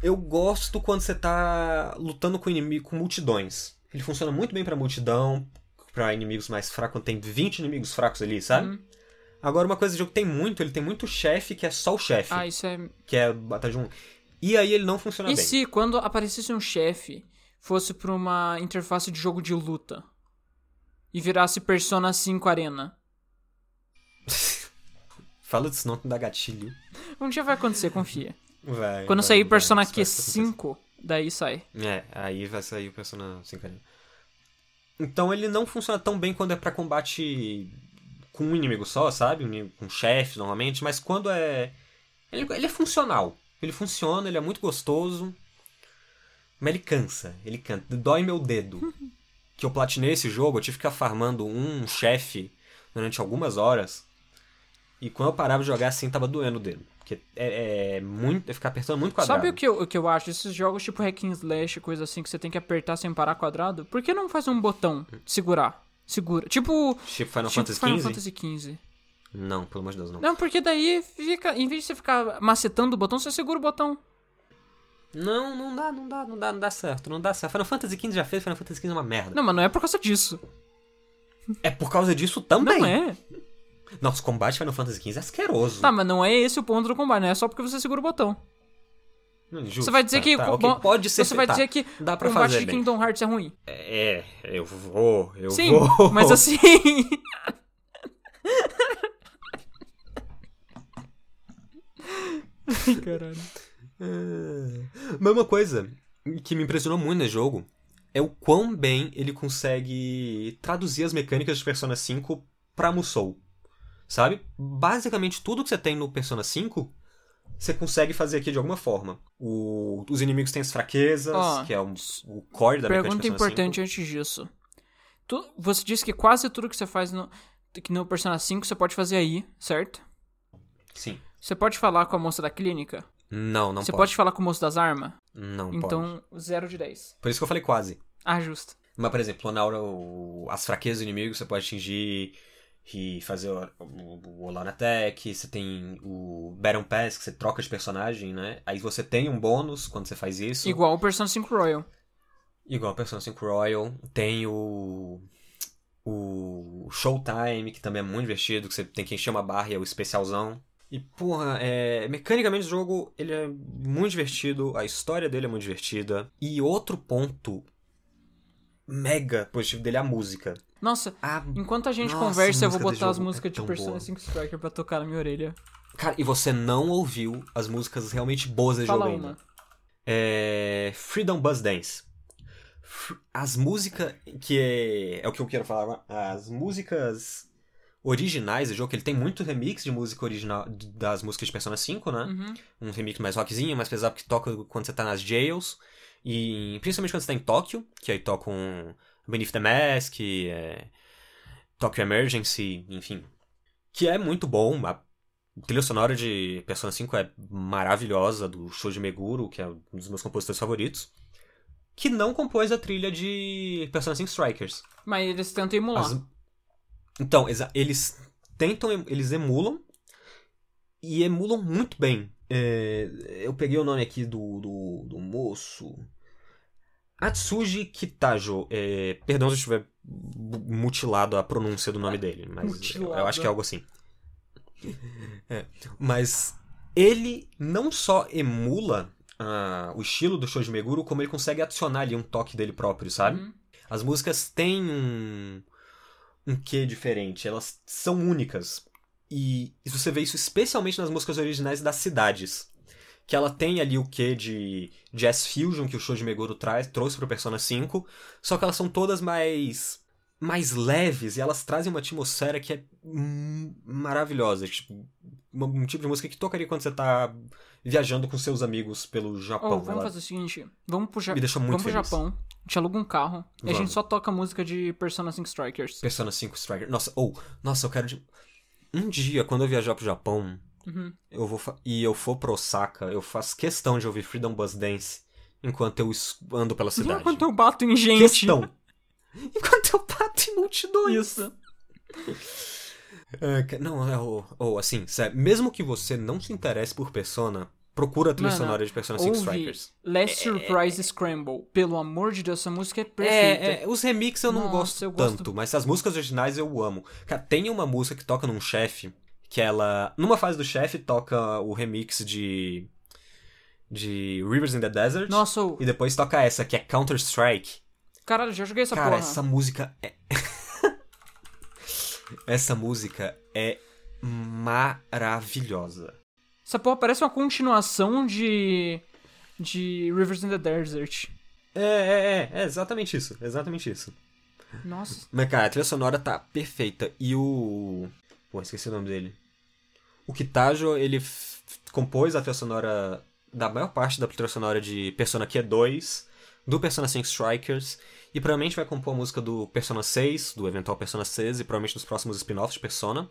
S2: Eu gosto quando você tá lutando com inimigo, com multidões. Ele funciona muito bem pra multidão, pra inimigos mais fracos, quando tem 20 inimigos fracos ali, sabe?
S1: Uhum.
S2: Agora, uma coisa do jogo que tem muito, ele tem muito chefe que é só o chefe,
S1: Ah, isso é
S2: que é batalha de um. E aí ele não funciona
S1: E
S2: Tá bem.
S1: se, quando aparecesse um chefe, fosse pra uma interface de jogo de luta? E virasse Persona 5 Arena?
S2: Fala disso não que dá gatilho.
S1: Um dia vai acontecer, confia.
S2: Vai,
S1: Quando
S2: É, vai,
S1: sair é
S2: vai,
S1: Persona
S2: espero que aconteça.
S1: Q5, daí sai.
S2: É, aí vai sair o Persona 5 ali. Então ele não funciona tão bem quando é pra combate com um inimigo só, sabe? Um inimigo- Com um chefe, normalmente, mas quando é... Ele, ele é funcional. Ele funciona, ele é muito gostoso. Mas ele cansa, ele cansa. Dói meu dedo. que eu platinei esse jogo, eu tive que ficar farmando um chefe durante algumas horas. E quando eu parava de jogar assim, tava doendo o dedo. Porque é, é muito. É ficar apertando muito quadrado.
S1: Sabe o que, eu, o que eu acho? Esses jogos tipo Hack and Slash, coisa assim, que você tem que apertar sem parar quadrado, por que não faz um botão? Segurar. Segura. Tipo,
S2: Tipo Final
S1: tipo
S2: Fantasy
S1: Final
S2: XV?
S1: Fantasy XV.
S2: Não, pelo amor de Deus, não.
S1: Não, porque daí fica. Em vez de você ficar macetando o botão, você segura o botão.
S2: Não, não dá, não dá, não dá, não dá certo, não dá certo. Final Fantasy XV já fez, Final Fantasy XV é uma merda.
S1: Não, mas não é por causa disso.
S2: É por causa disso também.
S1: Não é.
S2: Nossa, o combate Final Fantasy XV é asqueroso.
S1: Tá, mas não é esse o ponto do combate, não é só porque você segura o botão.
S2: Não, justo,
S1: Você vai dizer
S2: tá,
S1: que
S2: tá,
S1: o
S2: ok,
S1: bom-
S2: pode ser
S1: você vai
S2: tá,
S1: dizer que
S2: dá
S1: o
S2: pra
S1: combate
S2: fazer
S1: de
S2: bem.
S1: Kingdom Hearts é ruim.
S2: É, eu vou, eu
S1: Sim,
S2: vou.
S1: mas assim. Ai, caralho.
S2: É. Mas uma coisa que me impressionou muito nesse jogo é o quão bem ele consegue traduzir as mecânicas de Persona 5 pra Musou. Sabe? Basicamente tudo que você tem no Persona 5, você consegue fazer aqui de alguma forma. O- os inimigos têm as fraquezas,
S1: Ó,
S2: que é o, o core da mecânica de
S1: Pergunta
S2: Persona
S1: importante
S2: assim,
S1: antes disso. Tu- você disse que quase tudo que você faz no, que no Persona 5 você pode fazer aí, certo?
S2: 5. Sim.
S1: Você pode falar com a moça da clínica?
S2: Não, não
S1: você
S2: pode.
S1: pode. falar com o moço das armas?
S2: Não pode.
S1: Então, 0 de 10.
S2: Por isso que eu falei quase.
S1: Ah, justo.
S2: Mas, por exemplo, na aura, o- as fraquezas do inimigo você pode atingir e fazer o, o, o Olana Attack, você tem o Baron Pass, que você troca de personagem, né? Aí você tem um bônus quando você faz isso.
S1: Igual o Persona 5 Royal.
S2: Igual a Persona 5 Royal. Tem o. O Showtime, que também é muito divertido, que você tem que encher uma barra e é o especialzão. E, porra, é... mecanicamente o jogo ele é muito divertido, a história dele é muito divertida. E outro ponto mega positivo dele é a música.
S1: Nossa,
S2: A...
S1: enquanto a gente
S2: Nossa,
S1: conversa, eu
S2: a
S1: vou
S2: música desse
S1: botar as
S2: jogo é
S1: músicas de
S2: tão
S1: Persona
S2: boa.
S1: 5 Striker pra tocar na minha orelha.
S2: Cara, e você não ouviu as músicas realmente boas desse
S1: Fala
S2: jogo né? ainda.
S1: uma.
S2: é Freedom Buzz Dance. Fr- As músicas que é, é o que eu quero falar, as músicas originais do jogo, que ele tem muito remix de música original das músicas de Persona 5, né?
S1: Uhum.
S2: Um remix mais rockzinho, mais pesado que toca quando você tá nas jails e principalmente quando você tá em Tóquio, que aí toca um Beneath the Mask, é, Tokyo Emergency, enfim, que é muito bom, a A trilha sonora de Persona 5 é maravilhosa, do Shoji Meguro, que é um dos meus compositores favoritos, que não compôs a trilha de Persona 5 Strikers.
S1: Mas eles tentam emular.
S2: As- Então, exa- eles tentam, em- eles emulam e emulam muito bem. É, eu peguei o nome aqui do, do, do moço. Atsuji Kitajo. É, perdão se eu estiver bu- mutilado a pronúncia do nome dele, mas eu, eu acho que é algo assim. É, mas ele não só emula ah, o estilo do Shoji Meguro, como ele consegue adicionar ali um toque dele próprio, sabe?
S1: Uhum.
S2: As músicas têm um, um quê diferente, elas são únicas. E isso você vê isso especialmente nas músicas originais das cidades. Que ela tem ali o quê de Jazz Fusion que o Shoji Meguro traz, trouxe pro Persona 5, só que elas são todas mais mais leves e elas trazem uma atmosfera que é hum, maravilhosa, tipo, uma- um tipo de música que tocaria quando você tá viajando com seus amigos pelo
S1: Ou
S2: Japão.
S1: vamos
S2: Ela
S1: fazer o seguinte: vamos pro, Ja-
S2: me deixa muito
S1: vamos pro
S2: feliz.
S1: Japão, a gente aluga um carro e a
S2: Vamos.
S1: gente só toca música de Persona 5 Strikers.
S2: Persona 5 Striker. Nossa, ou, nossa, eu quero. de- Um dia, quando eu viajar pro Japão,
S1: Uhum.
S2: eu vou fa- e eu for pro Osaka, eu faço questão de ouvir Freedom Buzz Dance enquanto eu es- ando pela cidade.
S1: Enquanto eu bato em gente.
S2: Questão. enquanto eu bato em multidões.
S1: Isso.
S2: É, que- não, é, ou, ou assim, sério, mesmo que você não se interesse por Persona, procura a trilha
S1: Mano,
S2: sonora de Persona 5
S1: ouve.
S2: Strikers.
S1: Last Surprise Scramble. Pelo amor de Deus, essa música é perfeita.
S2: É, é, os remixes eu não
S1: Nossa,
S2: gosto
S1: eu gosto-
S2: tanto, mas as músicas originais eu amo. Cara, tem uma música que toca num chefe, que ela. Numa fase do chefe toca o remix de. de Rivers in the Desert.
S1: Nossa, eu-
S2: E depois toca essa, que é Counter-Strike.
S1: caralho, já joguei essa
S2: Cara,
S1: porra.
S2: essa música é. essa música é maravilhosa.
S1: Essa porra parece uma continuação de. de Rivers in the Desert.
S2: É, é, é, é exatamente isso, exatamente isso.
S1: Nossa.
S2: Mas, cara, a trilha sonora tá perfeita. E o. Pô, esqueci o nome dele. O Kitajo, ele f- compôs a trilha sonora da maior parte da trilha sonora de Persona Q2, do Persona 5 Strikers, e provavelmente vai compor a música do Persona 6, do eventual Persona 6, e provavelmente dos próximos spin-offs de Persona.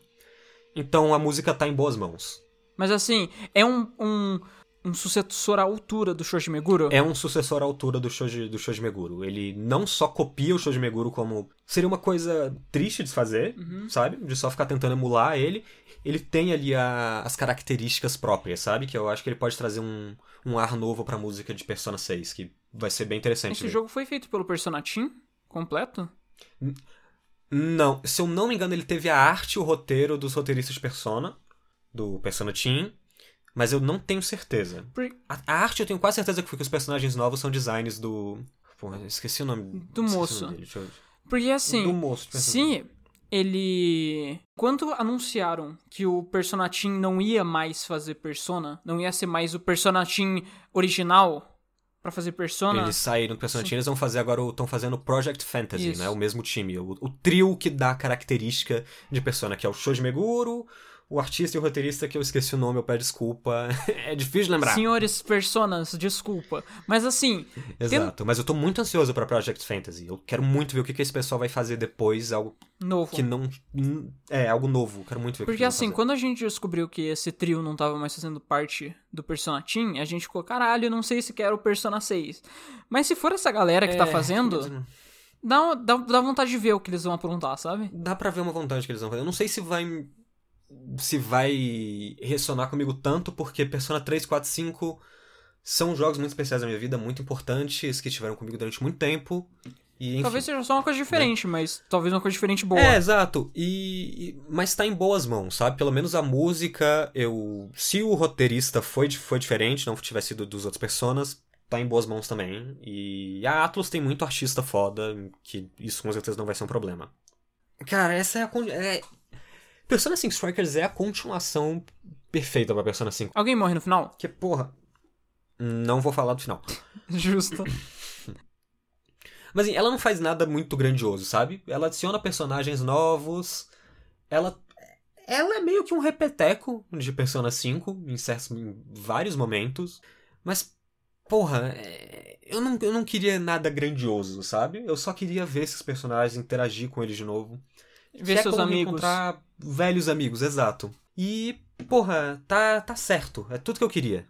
S2: Então a música tá em boas mãos.
S1: Mas assim, é um, um, um sucessor à altura do Shoji Meguro?
S2: É um sucessor à altura do Shoji, do Shoji Meguro. Ele não só copia o Shoji Meguro como... Seria uma coisa triste de se fazer,
S1: Uhum.
S2: sabe? De só ficar tentando emular ele. Ele tem ali a- as características próprias, sabe? Que eu acho que ele pode trazer um, um ar novo pra música de Persona 6, que vai ser bem interessante.
S1: Esse
S2: mesmo.
S1: jogo foi feito pelo Persona Team completo?
S2: Não, se eu não me engano, ele teve a arte e o roteiro dos roteiristas de Persona, do Persona Team, mas eu não tenho certeza.
S1: Por-
S2: A, a arte eu tenho quase certeza que foi que os personagens novos são designs do. Pô, eu esqueci o nome.
S1: Do
S2: esqueci o
S1: moço.
S2: nome dele, deixa eu-
S1: Porque assim.
S2: Do moço. de Persona.
S1: Se ele. Quando anunciaram que o Persona Team não ia mais fazer Persona, não ia ser mais o Persona Team original pra fazer Persona.
S2: Eles saíram do Persona Team, eles vão fazer agora. Estão fazendo o Project Fantasy,
S1: Isso.
S2: né? O mesmo time. O, o trio que dá a característica de Persona, que é o Shoji Meguro, o artista e o roteirista, que eu esqueci o nome, eu peço desculpa. é difícil de lembrar.
S1: Senhores Personas, desculpa. Mas assim,
S2: Exato, mas eu tô muito ansioso pra Project Fantasy. Eu quero muito ver o que, que esse pessoal vai fazer depois, algo
S1: novo.
S2: que não. É, algo novo. Eu quero muito ver o que
S1: Porque
S2: que eles
S1: assim,
S2: vão fazer.
S1: quando a gente descobriu que esse trio não tava mais fazendo parte do Persona Team, a gente ficou, caralho, não sei se quero o Persona 6. Mas se for essa galera que tá
S2: É,
S1: fazendo, dá, uma- dá, dá vontade de ver o que eles vão aprontar, sabe?
S2: Dá pra ver uma vontade que eles vão fazer. Eu não sei se vai. Se vai ressonar comigo tanto, porque Persona 3, 4, 5 são jogos muito especiais da minha vida, muito importantes, que estiveram comigo durante muito tempo. E, enfim.
S1: Talvez seja só uma coisa diferente, mas talvez uma coisa diferente boa.
S2: É, exato. E, e- mas tá em boas mãos, sabe? Pelo menos a música, eu. Se o roteirista foi, di- foi diferente, não tivesse sido dos outros personas, tá em boas mãos também. E a Atlas tem muito artista foda, que isso com certeza não vai ser um problema. Cara, essa é a. con- É... Persona 5 Strikers é a continuação perfeita pra Persona 5.
S1: Alguém morre no final?
S2: Que porra. Não vou falar do final.
S1: Justo.
S2: Mas assim, ela não faz nada muito grandioso, sabe? Ela adiciona personagens novos. Ela ela é meio que um repeteco de Persona 5 em, certos, em vários momentos. Mas porra, é, eu não, eu não queria nada grandioso, sabe? Eu só queria ver esses personagens, interagir com eles de novo.
S1: Ver
S2: Que é
S1: seus
S2: como
S1: amigos.
S2: Encontrar velhos amigos, exato. E, porra, tá, tá certo. É tudo que eu queria.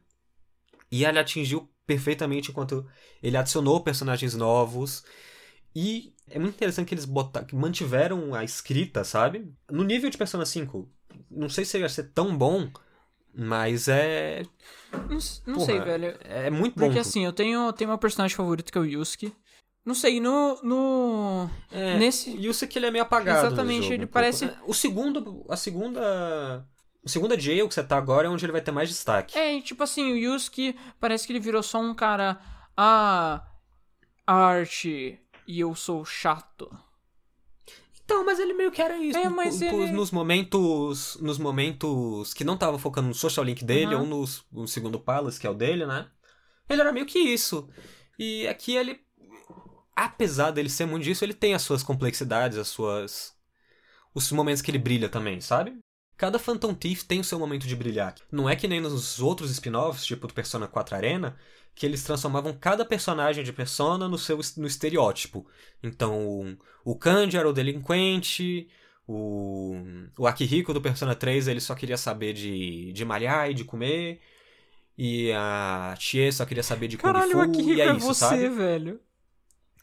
S2: E ele atingiu perfeitamente enquanto ele adicionou personagens novos. E é muito interessante que eles botaram, que mantiveram a escrita, sabe? No nível de Persona 5, não sei se ia ser tão bom, mas é.
S1: Não, s- não sei,
S2: Porra,
S1: velho.
S2: É muito bom.
S1: Porque assim, eu tenho, tenho meu personagem favorito que é o Yusuke. Não sei, no. no...
S2: É,
S1: Nesse.
S2: E o Seki, ele é meio apagado.
S1: Exatamente,
S2: no jogo,
S1: ele
S2: um pouco.
S1: parece-
S2: O segundo. A segunda. A segunda jail que você tá agora é onde ele vai ter mais destaque.
S1: É, e tipo assim, o Yusuke parece que ele virou só um cara. Ah, arte e eu sou chato.
S2: Então, mas ele meio que era isso.
S1: É, mas
S2: Pô- pô-
S1: ele-
S2: Nos momentos. Nos momentos que não tava focando no social link dele,
S1: Uhum.
S2: ou nos- no segundo Palace, que é o dele, né? Ele era meio que isso. E aqui ele. Apesar dele ser muito disso, ele tem as suas complexidades, as suas. Os momentos que ele brilha também, sabe? Cada Phantom Thief tem o seu momento de brilhar. Não é que nem nos outros spin-offs, tipo do Persona 4 Arena, que eles transformavam cada personagem de Persona no seu no estereótipo. Então, o Kanji era o delinquente, o, o Akihiko do Persona 3 ele só queria saber de, de malhar e de comer, e a Chie só queria saber de Kung
S1: Caralho,
S2: Fu,
S1: o Akihiko
S2: e é,
S1: é,
S2: isso,
S1: você,
S2: sabe?
S1: velho.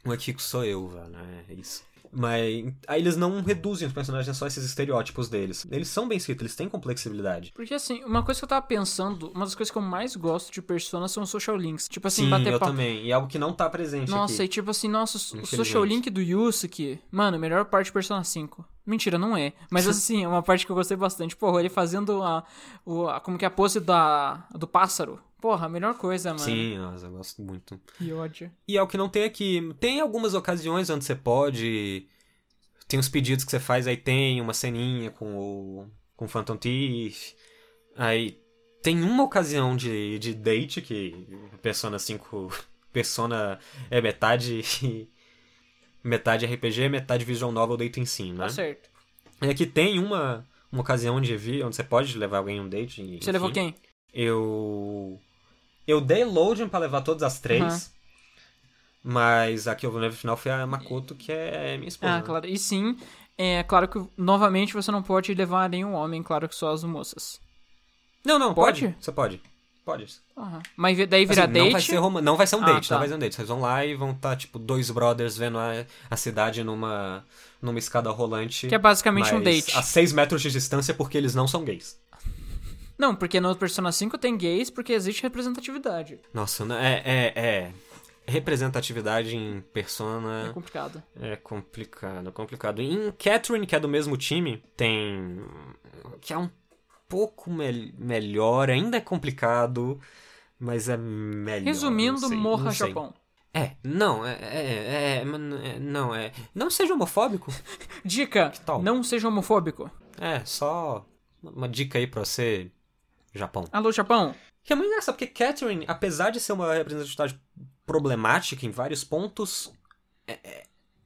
S2: O Akihiko sou eu, velho, né? é isso. Mas aí eles não reduzem os personagens a só esses estereótipos deles. Eles são bem escritos, eles têm complexibilidade.
S1: Porque assim, uma coisa que eu tava pensando, uma das coisas que eu mais gosto de Persona são os social links. Tipo assim,
S2: Sim,
S1: bater
S2: eu
S1: papo.
S2: também. E é algo que não tá presente
S1: Nossa,
S2: aqui.
S1: e tipo assim, nossa, o
S2: Infelizmente.
S1: social link do Yusuke, mano, melhor parte de Persona 5. Mentira, não é. Mas assim, é uma parte que eu gostei bastante. Porra, ele fazendo a. o- a- como que é a pose da, do pássaro. Porra, a melhor coisa, mano.
S2: Sim, nossa, eu gosto muito.
S1: Que ódio.
S2: E é o que não tem aqui. Tem algumas ocasiões onde você pode. Tem uns pedidos que você faz, aí tem uma ceninha com o. com o Phantom Thief. Aí tem uma ocasião de, de date que Persona 5. Persona é metade. metade RPG, metade visual novel date em si, né?
S1: Tá certo.
S2: E aqui tem uma, uma ocasião onde, vi, onde você pode levar alguém a um date.
S1: Você levou quem?
S2: Eu. Eu dei loading pra levar todas as três. Mas a que eu no final foi a Makoto, que é minha esposa.
S1: Ah,
S2: né?
S1: claro. E sim, é claro que novamente você não pode levar nenhum homem, claro que só as moças.
S2: Não, não, pode?
S1: Pode?
S2: Você pode. Pode.
S1: Aham. Mas daí vira
S2: Assim,
S1: date.
S2: Não vai ser, rom... não vai ser um
S1: Ah,
S2: date,
S1: tá.
S2: não vai ser um date. Vocês vão lá e vão estar, tipo, dois brothers vendo a, a cidade numa, numa escada rolante.
S1: Que é basicamente um
S2: mas
S1: date.
S2: A seis metros de distância porque eles não são gays.
S1: Não, porque no Persona 5 tem gays porque existe representatividade.
S2: Nossa, não- é, é, é. Representatividade em persona.
S1: É complicado.
S2: É complicado, complicado. E em Catherine, que é do mesmo time, tem. que é um pouco mel- melhor, ainda é complicado, mas é melhor.
S1: Resumindo,
S2: não sei,
S1: morra
S2: não sei.
S1: Japão.
S2: É, não, é, é, é, mano, é, Não, é. Não seja homofóbico.
S1: Dica:
S2: tal?
S1: não seja homofóbico.
S2: É, só uma dica aí pra você, Japão.
S1: Alô, Japão?
S2: Que é muito engraçado, porque Catherine, apesar de ser uma representatividade problemática em vários pontos, é, é-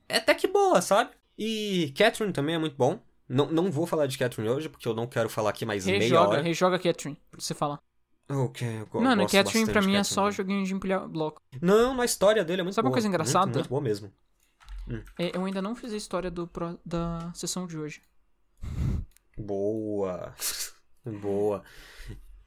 S2: é até que boa, sabe? E Catherine também é muito bom. Não, não vou falar de Catherine hoje, porque eu não quero falar aqui mais é meia
S1: Rejoga,
S2: hora.
S1: rejoga Catherine, pra você falar.
S2: Ok, eu go-
S1: Mano,
S2: gosto
S1: Catherine
S2: bastante
S1: pra
S2: de
S1: mim é
S2: Catherine.
S1: só joguinho de empilhar bloco.
S2: Não, na história dele é muito
S1: Sabe uma
S2: boa.
S1: coisa
S2: Muito,
S1: engraçada?
S2: Muito, boa mesmo.
S1: É, Eu ainda não fiz a história do, pro- da sessão de hoje.
S2: Boa. boa.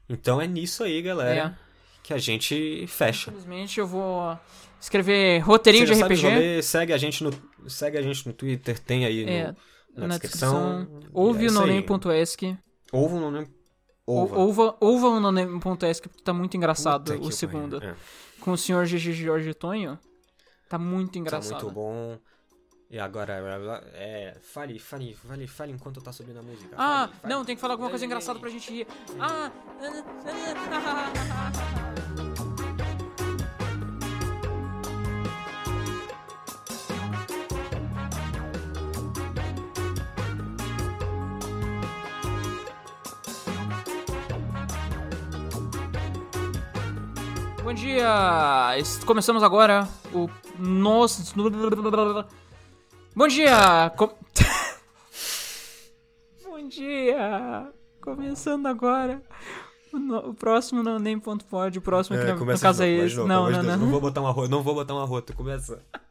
S2: Então é nisso aí, galera,
S1: É.
S2: que a gente fecha.
S1: Infelizmente eu vou escrever roteirinho
S2: Você já
S1: de
S2: sabe o
S1: RPG.
S2: rolê, segue a gente no segue a gente no Twitter, tem aí no,
S1: É,
S2: na,
S1: na
S2: descrição.
S1: descrição. Ouve
S2: é
S1: o
S2: isso aí.
S1: noname.esc.
S2: Ouve o noname.
S1: ou-
S2: Ouva.
S1: Ouva, ouva o noname.esc, porque tá muito engraçado
S2: Puta que
S1: o
S2: pariu.
S1: segundo.
S2: É,
S1: Com o senhor Gigi Jorge Tonho. Tá muito
S2: tá
S1: engraçado.
S2: muito bom. E agora, blá, blá, blá, é, fale, fale, fale, fale enquanto eu tá subindo a música.
S1: Ah,
S2: fale, fale.
S1: não, tem que falar alguma coisa engraçada pra gente rir. Ah, ah, ah, ah. Bom dia! Es- Começamos agora o nosso. Bom dia! Com- Bom dia! Começando agora o, no- o próximo não nem ponto pode, o próximo que
S2: É,
S1: no, no
S2: começa de
S1: caso
S2: novo,
S1: é
S2: vai de
S1: esse.
S2: novo,
S1: Não,
S2: pelo amor
S1: não,
S2: de Deus,
S1: não.
S2: vou botar uma rota, não vou botar uma rota, um começa.